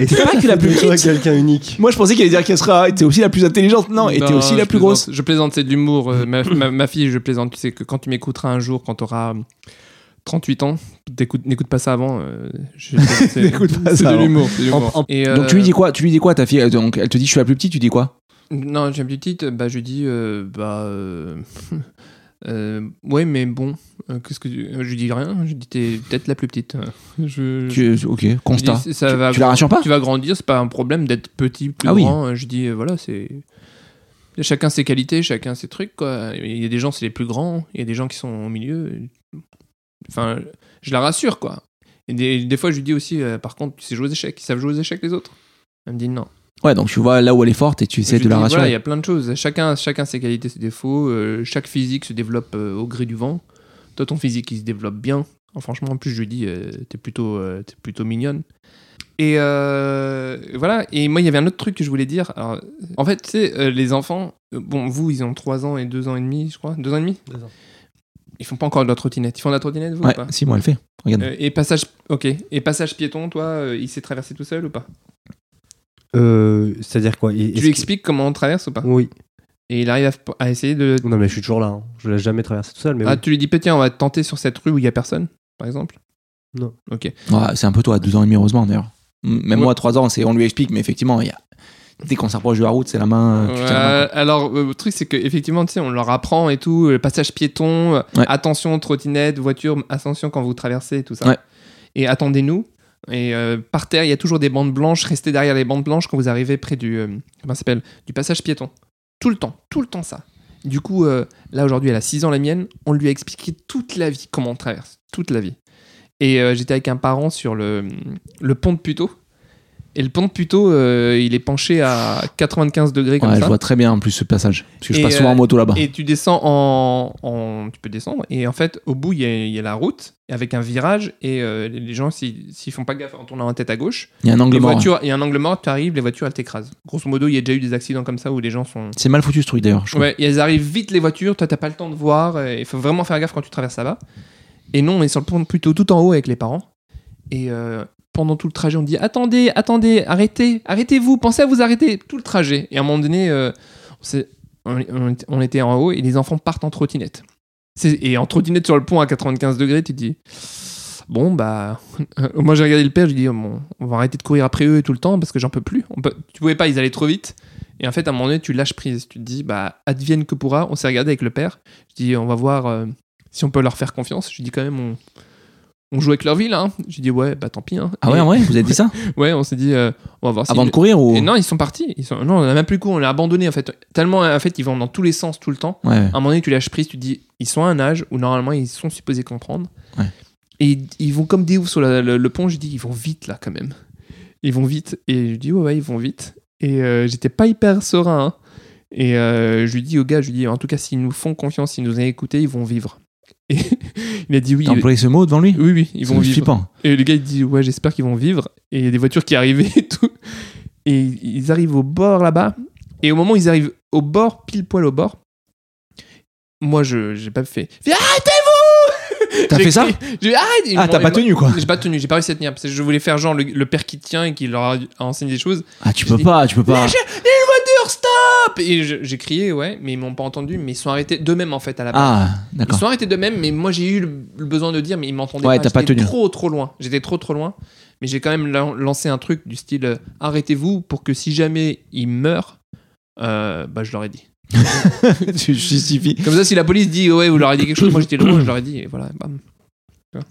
G: Et
B: c'est pas qu'il a plus
G: de
B: de
G: toi
B: hits.
G: quelqu'un unique.
B: Moi je pensais qu'il allait dire qu'elle sera, t'es aussi la plus intelligente, non, et t'es aussi
A: bah, je
B: la plus grosse.
A: plaisante. Je plaisante, c'est de l'humour. Euh, ma, ma- ma fille, je plaisante. Tu sais que quand tu m'écouteras un jour, quand tu auras 38 ans, t'écoutes- n'écoute pas ça avant. euh, je- c'est- c'est
B: N'écoute pas ça
A: de
B: avant.
A: l'humour. c'est de l'humour.
G: En- en-
A: Et, euh,
B: Donc tu lui dis quoi Tu lui dis quoi ta fille Elle- Donc elle te dit je suis la plus petite, tu dis quoi
A: Non, j'ai une petite. Bah, je lui dis, euh, bah. euh, euh, ouais, mais bon, euh, qu'est-ce que tu- Je lui dis rien. Je lui dis, t'es peut-être la plus petite. Euh, Je, je-
B: tu, Ok, constat.
A: Je dis, ça
B: tu,
A: va-
B: tu la rassures pas
A: tu vas grandir, c'est pas un problème d'être petit, plus
B: Ah oui.
A: grand. Euh, Je dis, euh, voilà, c'est. Chacun ses qualités, chacun ses trucs, quoi. Il y a des gens, c'est les plus grands, il y a des gens qui sont au milieu. Enfin, je la rassure, quoi. Et des, des fois, je lui dis aussi, euh, par contre, tu sais jouer aux échecs, ils savent jouer aux échecs, les autres Elle me dit non.
B: Ouais, donc tu vois là où elle est forte et tu essaies
A: Je
B: de la
A: dis,
B: rassurer.
A: Voilà, il y a plein de choses. Chacun, chacun ses qualités, ses défauts. Euh, chaque physique se développe euh, au gré du vent. Toi, ton physique, il se développe bien. Oh, franchement, en plus, je lui dis, euh, t'es plutôt, euh, t'es plutôt mignonne. Et euh, voilà. Et moi, il y avait un autre truc que je voulais dire. Alors, en fait, tu sais, euh, les enfants, euh, bon, vous, ils ont 3 ans et 2 ans et demi, je crois. 2 ans et demi
G: Deux ans.
A: Ils font pas encore de la trottinette. Ils font de la trottinette, vous ou
B: Ouais,
A: pas
B: si moi elle fait. Regarde.
A: Euh, et passage, ok. Et passage piéton, toi, euh, il s'est traversé tout seul ou pas
G: Euh, C'est-à-dire quoi
A: Tu lui expliques comment on traverse ou pas
G: Oui.
A: Et il arrive à- à essayer de,
G: Non, mais je suis toujours là. hein. Je l'ai jamais traversé tout seul, mais
A: Ah,
G: oui.
A: tu lui dis, peut-être, tiens, on va tenter sur cette rue où il n'y a personne, par exemple
G: Non.
A: Ok.
B: Ouais, c'est un peu toi, à 2 ans et demi heureusement d'ailleurs. M- Même
A: Ouais.
B: moi à 3 ans, c'est on lui explique, mais effectivement, il y a... dès qu'on s'approche de la route, c'est la main. euh, tu tiens la main,
A: Euh, alors, euh, le truc, c'est qu'effectivement, tu sais, on leur apprend et tout, le passage piéton, euh,
B: Ouais.
A: attention, trottinette, voiture, ascension quand vous traversez, tout ça.
B: Ouais.
A: Et attendez-nous. Et euh, par terre, il y a toujours des bandes blanches, restez derrière les bandes blanches quand vous arrivez près du, euh, comment ça s'appelle, du passage piéton. Tout le temps, tout le temps ça. Du coup, euh, là aujourd'hui, elle a 6 ans, la mienne. On lui a expliqué toute la vie comment on traverse, toute la vie. Et euh, j'étais avec un parent sur le, le pont de Puteaux. Et le pont de Puteaux, euh, il est penché à 95 degrés
B: quoi.
A: comme
B: Ouais,
A: ça.
B: je vois très bien en plus ce passage. Parce que je
A: Et,
B: passe souvent en
A: euh,
B: moto là-bas.
A: Et tu descends en, en- Tu peux descendre. Et en fait, au bout, il y, a- il y a la route avec un virage. Et euh, les gens, s'ils s'ils font pas gaffe en tournant la tête à gauche,
B: Il y a un angle
A: les
B: mort. ouais.
A: voitures, il y a un angle mort, tu arrives, les voitures, elles t'écrasent. Grosso modo, il y a déjà eu des accidents comme ça où les gens sont.
B: C'est mal foutu ce truc d'ailleurs. je trouve.
A: Ouais, et elles arrivent vite, les voitures. Toi, t'as pas le temps de voir. euh, Il faut vraiment faire gaffe quand tu traverses là-bas. Et non, on est sur le pont plutôt tout en haut avec les parents. Et. euh, pendant tout le trajet, on dit attendez, attendez, arrêtez, arrêtez-vous, pensez à vous arrêter tout le trajet. Et à un moment donné, euh, on s'est- on, on- on était en haut et les enfants partent en trottinette. C'est- Et en trottinette sur le pont à 95 degrés, tu te dis bon bah moi j'ai regardé le père, je dis bon, on va arrêter de courir après eux tout le temps parce que j'en peux plus. On peut- tu pouvais pas, ils allaient trop vite. Et en fait, à un moment donné, tu lâches prise. Tu te dis bah advienne que pourra. On s'est regardé avec le père. Je dis on va voir euh, si on peut leur faire confiance. Je dis quand même on on joue avec leur ville, hein. J'ai dit, ouais, bah tant pis, hein.
B: Ah
A: Et-
B: ouais, ouais, vous avez dit ça
A: Ouais, on s'est dit, euh, on va voir si.
B: Avant de courir ou
A: Et non, ils sont partis. Ils sont... Non, on n'a même plus le coup, on l'a abandonné en fait. Tellement en fait, ils vont dans tous les sens tout le temps.
B: Ouais, ouais.
A: À un moment donné, tu lâches prise, tu te dis, ils sont à un âge où normalement ils sont supposés comprendre.
B: Ouais.
A: Et ils- ils vont comme des oufs sur la- le, le pont. Je dis, ils vont vite là quand même. Ils vont vite. Et je dis, ouais, ouais, ils vont vite. Et euh, j'étais pas hyper serein. hein. Et euh, je lui dis au gars, je lui dis, en tout cas, s'ils nous font confiance, s'ils nous ont écoutés, ils vont vivre. Et il a dit oui.
B: T'as
A: il-
B: employé ce mot devant lui
A: Oui, oui, ils
B: C'est
A: vont vivre.
B: flippant.
A: Et le gars, il dit Ouais, j'espère qu'ils vont vivre. Et il y a des voitures qui arrivaient et tout. Et ils arrivent au bord là-bas. Et au moment où ils arrivent au bord, pile poil au bord, moi, je j'ai pas fait. Fais, Arrêtez-vous
B: T'as
A: J'ai
B: fait ça
A: crié, j'ai- Arrête Ils m'ont-
B: Ah, t'as
A: ils
B: pas
A: m'ont-
B: tenu quoi
A: J'ai pas tenu, j'ai pas réussi à tenir. Parce que je voulais faire genre le, le père qui tient et qui leur a a enseigné des choses.
B: Ah, tu
A: Je
B: peux
A: dis-
B: pas, tu peux pas.
A: Lâchez les voitures, stop Et je- j'ai crié, ouais, mais ils m'ont pas entendu. Mais ils sont arrêtés d'eux-mêmes en fait à la base.
B: Ah,
A: Ils se
B: d'accord.
A: sont arrêtés d'eux-mêmes, mais moi j'ai eu le le besoin de dire, mais ils m'entendaient
B: Ouais,
A: pas.
B: t'as pas
A: J'étais
B: tenu.
A: trop trop loin. J'étais trop trop loin. Mais j'ai quand même lan- lancé un truc du style euh, arrêtez-vous pour que si jamais ils meurent, euh, bah je leur ai dit.
B: Tu justifies.
A: Comme ça, si la police dit ouais, vous leur avez dit quelque chose, moi j'étais loin, je leur ai dit et voilà. bam. Tu vois.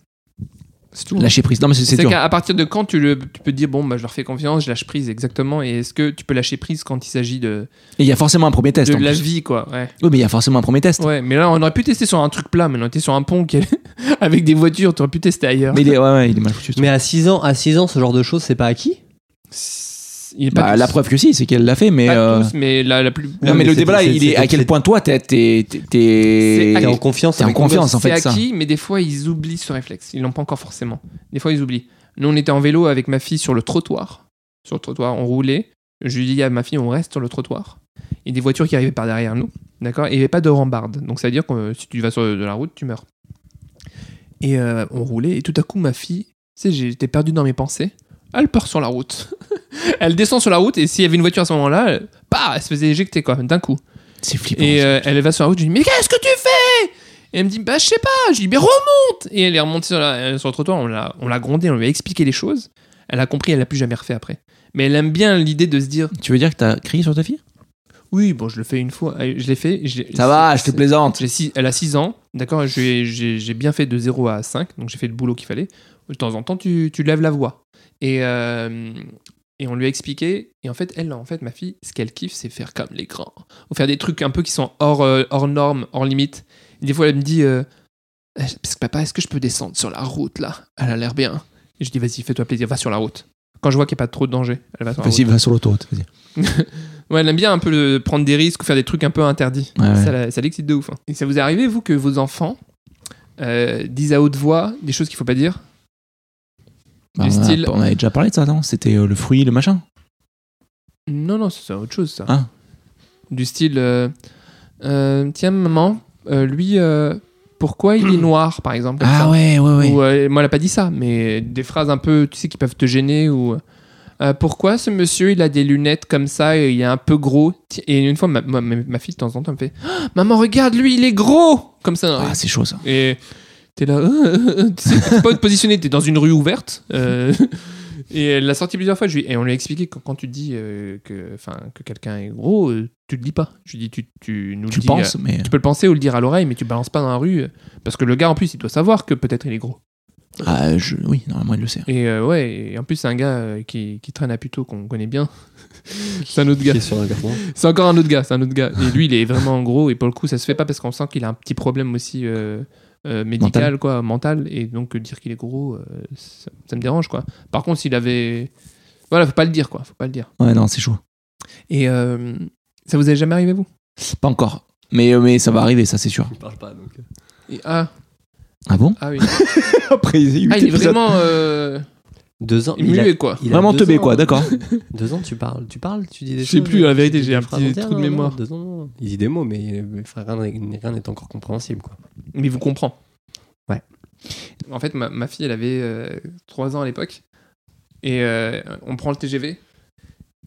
A: C'est tout. hein.
B: Lâcher prise. Non, mais c'est- c'est
A: C'est
B: dur.
A: qu'à à partir de quand tu, le, tu peux dire bon bah je leur fais confiance, je lâche prise exactement. Et est-ce que tu peux lâcher prise quand il s'agit de,
B: Et il y a forcément un premier test.
A: de
B: en
A: la
B: plus.
A: vie quoi ouais.
B: Oui, mais il y a forcément un premier test.
A: ouais. Mais là on aurait pu tester sur un truc plat, mais on était sur un pont qui... avec des voitures, tu aurais pu tester ailleurs.
B: Mais il est, ouais, ouais, il est mal foutu. ce truc.
G: Mais à 6 ans, à 6 ans, ce genre de choses, c'est pas acquis
A: Il est pas
B: Bah,
A: tous.
B: la preuve que si, c'est qu'elle l'a fait, mais.
A: Pas
B: euh,
A: tous, mais la, la plus.
B: Non, mais,
G: mais
B: le
G: c'est-
B: débat là,
G: c'est-
B: il est
G: c'est-
B: à quel
G: c'est-
B: point toi, t'es. t'es- t'es- t'es-
G: T'es
A: C'est
G: en confiance
B: T'es en
G: avec
B: confiance en
A: c'est
B: fait, ça.
A: acquis, mais des fois ils oublient ce réflexe. Ils l'ont pas encore forcément. Des fois ils oublient. Nous on était en vélo avec ma fille sur le trottoir. Sur le trottoir, on roulait. Je lui dis à ma fille, on reste sur le trottoir. Il y a des voitures qui arrivaient par derrière nous, d'accord Et il n'y avait pas de rambarde. Donc ça veut dire que euh, si tu vas sur de la route, tu meurs. Et euh, on roulait, et tout à coup ma fille, tu sais, j'étais perdu dans mes pensées. Elle part sur la route. elle descend sur la route, et s'il y avait une voiture à ce moment-là, elle, bah, elle se faisait éjecter quoi, d'un coup.
B: C'est flippant.
A: Et euh, elle va sur la route, je lui dis Mais qu'est-ce que tu fais Et elle me dit Bah, je sais pas. Je lui dis Mais remonte Et elle est remontée sur, la- euh, sur le trottoir, on l'a, on l'a grondée, on lui a expliqué les choses. Elle a compris, elle l'a plus jamais refait après. Mais elle aime bien l'idée de se dire
B: Tu veux dire que t'as crié sur ta fille
A: Oui, bon, je le fais une fois, Allez, je l'ai fait. je l'ai-
B: Ça va, je te
A: c'est-
B: plaisante.
A: j'ai six- elle a 6 ans, d'accord je lui ai- J'ai j'ai bien fait de 0 à 5, donc j'ai fait le boulot qu'il fallait. De temps en temps, tu, tu lèves la voix. Et, euh, et on lui a expliqué. Et en fait, elle, en fait, ma fille, ce qu'elle kiffe, c'est faire comme les grands. Ou faire des trucs un peu qui sont hors, euh, hors normes, hors limites. Et des fois, elle me dit euh, Euh, Parce que papa, est-ce que je peux descendre sur la route là Elle a l'air bien. Et je dis Vas-y, fais-toi plaisir, va sur la route. Quand je vois qu'il n'y a pas trop de danger, elle va sur la route.
B: Vas-y, va sur l'autoroute. vas-y.
A: Ouais, elle aime bien un peu euh, prendre des risques ou faire des trucs un peu interdits.
B: Ouais, ouais.
A: Ça, la- ça l'excite de ouf. hein. Et ça vous est arrivé, vous, que vos enfants euh, disent à haute voix des choses qu'il faut pas dire
B: Bah,
A: Du
B: on, a-
A: style-
B: on avait déjà parlé de ça, non C'était euh, le fruit, le machin.
A: Non, non, c'est ça, autre chose, ça.
B: Ah.
A: Du style euh, euh, Tiens, maman, euh, lui, euh, pourquoi il est noir, par exemple comme ça.
B: Ah ouais, ouais, ouais.
A: Ou, euh, moi, elle a pas dit ça, mais des phrases un peu, tu sais, qui peuvent te gêner ou. euh, pourquoi ce monsieur il a des lunettes comme ça et il est un peu gros Ti- Et une fois, ma, ma- ma fille de temps en temps me fait Ah, Maman, regarde, lui il est gros Comme ça.
B: Ah, c'est chaud ça.
A: Et t'es là, euh, euh, euh, tu sais t'es pas où te positionner, t'es dans une rue ouverte. euh, et elle l'a sorti plusieurs fois. Je lui, et on lui a expliqué que quand tu dis euh, que, enfin, que quelqu'un est gros, euh, tu le dis pas. Je lui dis, tu, tu nous
B: Tu
A: le dis,
B: penses,
A: euh,
B: mais.
A: tu peux le penser ou le dire à l'oreille, mais tu balances pas dans la rue. euh, Parce que le gars, en plus, il doit savoir que peut-être il est gros.
B: Ah, je... oui, normalement, il le sait.
A: Et euh, ouais, et en plus, c'est un gars euh, qui, qui traîne à Puto, qu'on connaît bien. c'est un autre gars.
G: Qui est sur un garçon.
A: C'est encore un autre gars, c'est un autre gars. Et lui, il est vraiment gros. Et pour le coup, ça se fait pas parce qu'on sent qu'il a un petit problème aussi euh, euh, médical,
B: Mental.
A: quoi, mental. Et donc, euh, dire qu'il est gros, euh, ça, ça me dérange, quoi. Par contre, s'il avait. Voilà, faut pas le dire, quoi. Faut pas le dire.
B: Ouais, non, c'est chaud.
A: Et euh, ça vous est jamais arrivé, vous
B: Pas encore. Mais, euh, mais ça va arriver, ça, c'est sûr.
G: Il parle pas donc. euh.
A: Et- ah,
B: Ah bon
A: ah oui.
B: Après, il
A: Ah, il est vraiment euh,
G: Deux ans. il a-
A: muet, quoi.
G: il a
B: Vraiment
G: deux
B: teubé,
G: ans.
B: quoi, d'accord.
G: Deux ans, tu parles, tu parles, tu dis des
A: Je
G: choses.
A: sais plus, la vérité,
G: tu dis
A: j'ai un
G: des phrases
A: petit
G: entières,
A: trou de
G: non, non,
A: mémoire.
G: deux ans, non. Il dit des mots, mais, euh, mais enfin, rien n'est- rien n'est encore compréhensible. Quoi.
A: Mais il vous comprend.
G: Ouais.
A: En fait, ma, ma fille, elle avait 3 ans à l'époque. Et euh, on prend le TGV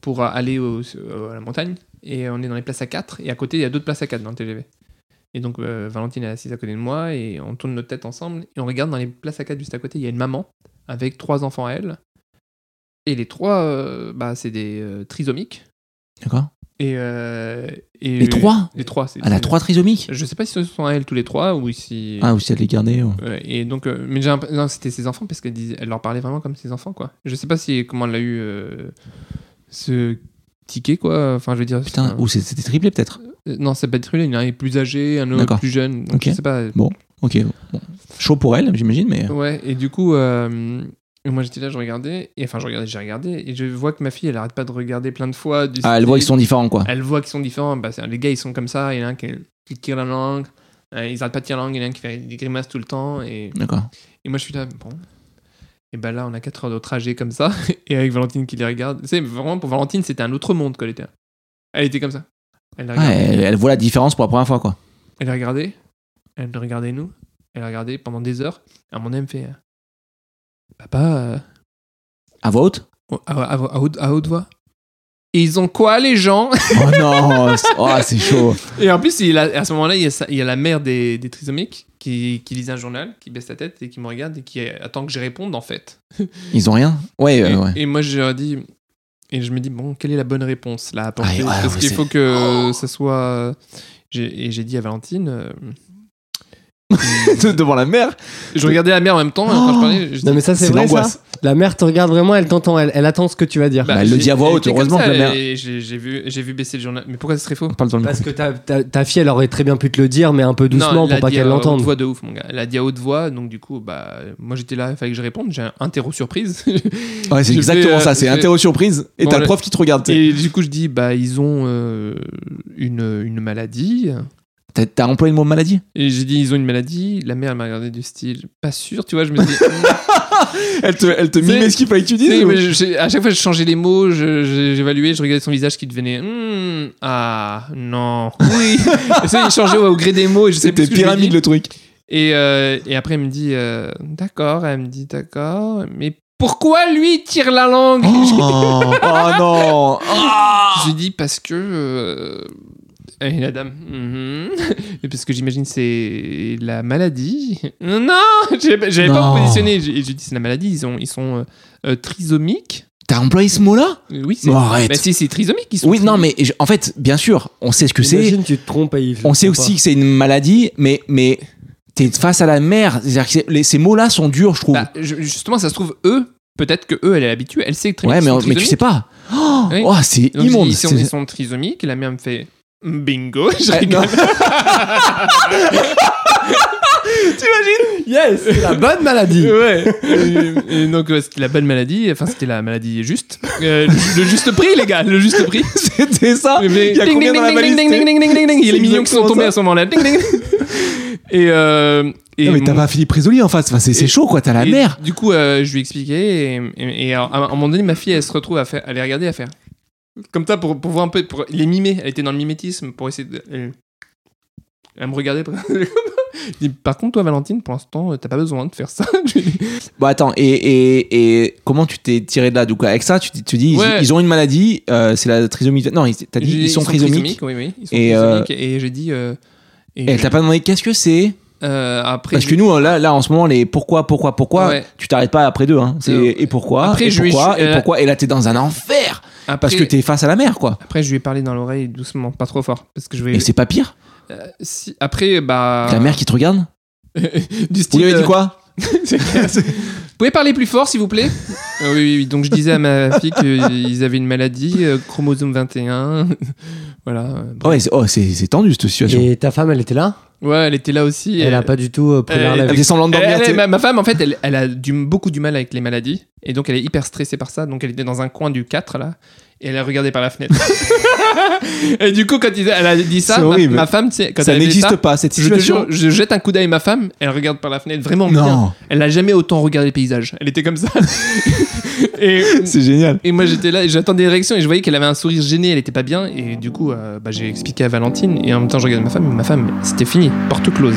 A: pour euh, aller au- euh, à la montagne. Et on est dans les places à 4. Et à côté, il y a d'autres places à 4 dans le TGV. Et donc, euh, Valentine est assise à côté de moi. Et on tourne notre tête ensemble. Et on regarde dans les places à 4 juste à côté. Il y a une maman avec trois enfants à elle. Et les trois, euh, bah, c'est des euh, trisomiques.
B: D'accord.
A: Et, euh, et-
B: Les trois
A: Les trois. c'est-
B: Elle a trois trisomiques
A: Je sais pas si ce sont à elle tous les trois ou si.
B: Ah, ou si elle les gardait. ouais.
A: Ouais, et donc, euh, mais j'ai imp- non, c'était ses enfants parce qu'elle disait- elle leur parlait vraiment comme ses enfants, quoi. Je sais pas si comment elle a eu euh, ce ticket, quoi. Enfin, je veux dire.
B: Putain,
A: enfin,
B: ou c'est- c'était triplé peut-être.
A: euh, non, c'est pas détruit. Il y en a un est plus âgé, un autre
B: D'accord.
A: plus jeune. Donc,
B: Ok.
A: je sais pas.
B: Ok, bon. chaud pour elle, j'imagine, mais.
A: Ouais. Et du coup, euh, moi j'étais là, je regardais. Et enfin, je regardais, j'ai regardé. Et je vois que ma fille, elle arrête pas de regarder plein de fois. Du
B: Ah, elle
A: style-
B: voit qu'ils sont différents, quoi.
A: Elle voit qu'ils sont différents. Bah, c'est- les gars, ils sont comme ça. Il y en a un qui, qui tire la langue. Euh, ils arrêtent pas de tirer la langue. Il y en a un qui fait des grimaces tout le temps. Et
B: D'accord.
A: Et moi, je suis là, bon. Et ben là, on a 4 heures de trajet comme ça, et avec Valentine qui les regarde. Tu sais, vraiment, pour Valentine, c'était un autre monde quand elle était là. Elle était comme ça. Elle les
B: Ouais,
A: regardait.
B: Ah, elle, elle voit la différence pour la première fois, quoi.
A: Elle les regardait. Elle les regardait nous. Elle les regardait pendant des heures. À mon avis, elle me fait euh, Papa, euh,
B: À voix haute
A: oh, à, à- à haute, à haute voix. Et ils ont quoi, les gens
B: Oh non c'est- oh, c'est chaud
A: Et en plus, il a- à ce moment-là, il, y a sa- il y a la mère des, des trisomiques qui, qui lit un journal, qui baisse la tête et qui me regarde et qui euh, attend que je réponde, en fait.
B: Ils ont rien Ouais,
A: Et,
B: euh, ouais.
A: et moi, j'ai dit. Et je me dis, bon, quelle est la bonne réponse là à apporter
B: Ah, ouais,
A: Parce
B: ouais,
A: qu'il
B: c'est- Oh.
A: faut que ça soit. j'ai- Et j'ai dit à Valentine. euh,
B: Devant la mer
A: Je regardais la mer en même
B: Oh.
A: temps quand je parlais. Je dis,
G: Non, mais ça, c'est
B: C'est
G: vrai, ça.
B: l'angoisse.
G: La mère te regarde vraiment, elle t'entend, elle, elle attend ce que tu vas dire.
B: Bah, elle le
A: j'ai-
B: dit à voix
A: j'ai
B: haute,
A: été comme
B: heureusement
A: ça,
B: que la mer-
A: Et j'ai j'ai vu, j'ai vu baisser le journal. Mais pourquoi ce serait faux
B: Parle dans le
G: Bah, Parce
B: micro.
G: que ta, ta- ta fille, elle aurait très bien pu te le dire, mais un peu doucement
A: elle
G: pour
A: a
G: pas
A: dit
B: euh,
G: qu'elle
A: à haute
G: l'entende.
A: voix de ouf, mon gars. Elle a dit à haute voix, donc du coup, bah, moi j'étais là, il fallait que je réponde. J'ai un interro surprise.
B: Ouais, c'est
A: j'ai
B: exactement
A: fait, euh,
B: ça, c'est
A: j'ai-
B: interro surprise et
A: Bon,
B: t'as
A: le-
B: le prof qui te regarde. t'sais.
A: et du coup, je dis, bah, ils ont euh, une, une maladie.
B: T'as t'as employé le mot maladie
A: Et j'ai dit, ils ont une maladie. La mère, elle m'a regardé du style, pas sûr, tu vois. Je me suis dit, Hmm.
B: Elle te, elle te
A: C'est-
B: mimait ce qu'il fallait que tu
A: Tu
B: dises
A: sais,
B: ou-
A: mais j'ai- à chaque fois, je changeais les mots, je- je- j'évaluais, je regardais son visage qui devenait Hmm, ah non oui. Et ça, il changeait au, au gré des mots et je sais plus
B: C'était
A: ce que je lui ai
B: pyramide
A: dit.
B: le truc.
A: Et, euh, et après, elle me dit euh, d'accord, elle me dit d'accord, mais pourquoi lui tire la langue
B: Oh, oh non
A: Je lui dis parce que euh, et la dame Mhm. et parce que j'imagine c'est la maladie. Non, j'avais j'avais pas
B: Non.
A: positionné. J'ai- Je lui dis c'est la maladie, ils ont ils sont euh, euh, trisomiques.
B: T'as employé ce mot-là
A: Euh, Oui, c'est
B: Mais arrête.
A: Bah, si, c'est trisomique qui sont.
B: Oui, non, mais je- en fait, bien sûr, on sait ce que c'est.
G: Imagine, tu te trompes et il-
B: On sait aussi que c'est une maladie, mais, mais t'es face à la mer. C'est-à-dire que c'est- les- ces mots-là sont durs, je trouve.
A: Bah, je- justement, ça se trouve, eux, peut-être que eux, elle est habituée, elle sait que tri-
B: ouais,
A: ils
B: mais,
A: sont
B: mais tu sais
A: trisomiques.
B: pas. Oh,
A: Oui.
B: oh, c'est
A: Donc, je dis,
B: immonde.
A: Ils sont,
B: C'est-
A: ils sont trisomiques, et la mère me fait "Mm, bingo. Je
B: Eh,
A: rigole.
B: non.
G: Yes, c'est la bonne maladie.
A: Ouais. Et, et donc, ouais, c'était la bonne maladie, enfin, c'était la maladie juste. Euh, le, le juste prix, les gars, le juste prix.
B: C'était ça.
A: Mais-
B: Ah, Il y a
A: ding,
B: combien
A: ding,
B: dans la
A: ding,
B: valise,
A: ding, ding,
B: t'es
A: ding, ding, ding, ding. Il y a les
B: C'est
A: millions qui sont
B: exactement
A: tombés
B: ça.
A: à ce moment-là. Ding, ding. Et. euh, et
B: Non, mais
A: mon-
B: t'as pas Philippe Risoli en face. Enfin, c'est c'est
A: Et-
B: chaud, quoi. T'as la
A: Et
B: mer.
A: Du coup, euh, je lui ai expliqué, et, et- et à, à un moment donné, ma fille, elle se retrouve à, faire, à les regarder, à faire. Comme ça, pour, pour voir un peu, pour les mimer. Elle était dans le mimétisme, pour essayer de. Elle, elle me regardait. Je dis, Par contre, toi, Valentine, pour l'instant, euh, t'as pas besoin de faire ça. Je lui dis,
B: Bon, Bah, attends. Et, et, et comment tu t'es tiré de là Du coup, avec ça, tu, t- tu dis
A: Ouais.
B: ils, ils ont une maladie. euh, c'est la trisomie. Non, ils- t'as dit
A: j'ai-
B: ils sont trisomiques.
A: Oui, oui. Ils sont
B: Et, euh,
A: trisomiques. Et j'ai dit. euh, et
B: Et t'as pas demandé qu'est-ce que c'est
A: euh, après,
B: Parce que nous, hein, là, là, en ce moment, les pourquoi, pourquoi, pourquoi,
A: Ouais.
B: tu t'arrêtes pas après deux. Hein. C'est
A: Euh,
B: et pourquoi,
A: après,
B: et
A: je lui-
B: pourquoi,
A: euh,
B: et pourquoi. Et là, t'es dans un enfer
A: après-
B: parce que t'es face à la mer, quoi.
A: Après, je lui ai parlé dans l'oreille doucement, pas trop fort. Parce que je vais.
B: Et c'est pas pire.
A: Euh, si- après, bah.
B: T'as La mer qui te regarde.
A: du
B: Vous
A: style.
B: lui avez
A: euh,
B: dit quoi
A: C'est clair. Vous pouvez parler plus fort, s'il vous plaît Euh, oui, oui, oui. donc je disais à ma fille qu'ils avaient une maladie, euh, chromosome 21. voilà. euh,
B: Oh, ouais, c'est oh, c'est- c'est tendu cette situation.
G: Et ta femme, elle était là
A: Ouais, elle était là aussi.
G: Elle a pas du tout euh, pris la
A: elle-
B: Elle
G: relève.
B: faisait semblant de
A: Elle-
B: dormir.
A: elle-
B: tu sais.
A: Eh, ma, ma femme, en fait, elle, elle a du, beaucoup du mal avec les maladies. Et donc, elle est hyper stressée par ça. Donc, elle était dans un coin du 4, là. Et elle a regardé par la fenêtre. et du coup, quand ils- elle a dit ça,
B: C'est
A: ma,
B: horrible.
A: ma femme, tu sais, quand
B: Ça
A: elle a dit
B: n'existe
A: ça,
B: pas cette
A: Je, te
B: situation.
A: jure, je jette un coup d'œil ma femme, elle regarde par la fenêtre vraiment bien.
B: Non,
A: Elle n'a jamais autant regardé le paysage. Elle était comme ça. et
B: c'est génial.
A: Et moi j'étais là, et j'attendais les réactions et je voyais qu'elle avait un sourire gêné, elle était pas bien. Et du coup, euh, bah, j'ai expliqué à Valentine et en même temps je regardais ma femme. et Ma femme, c'était fini, porte close.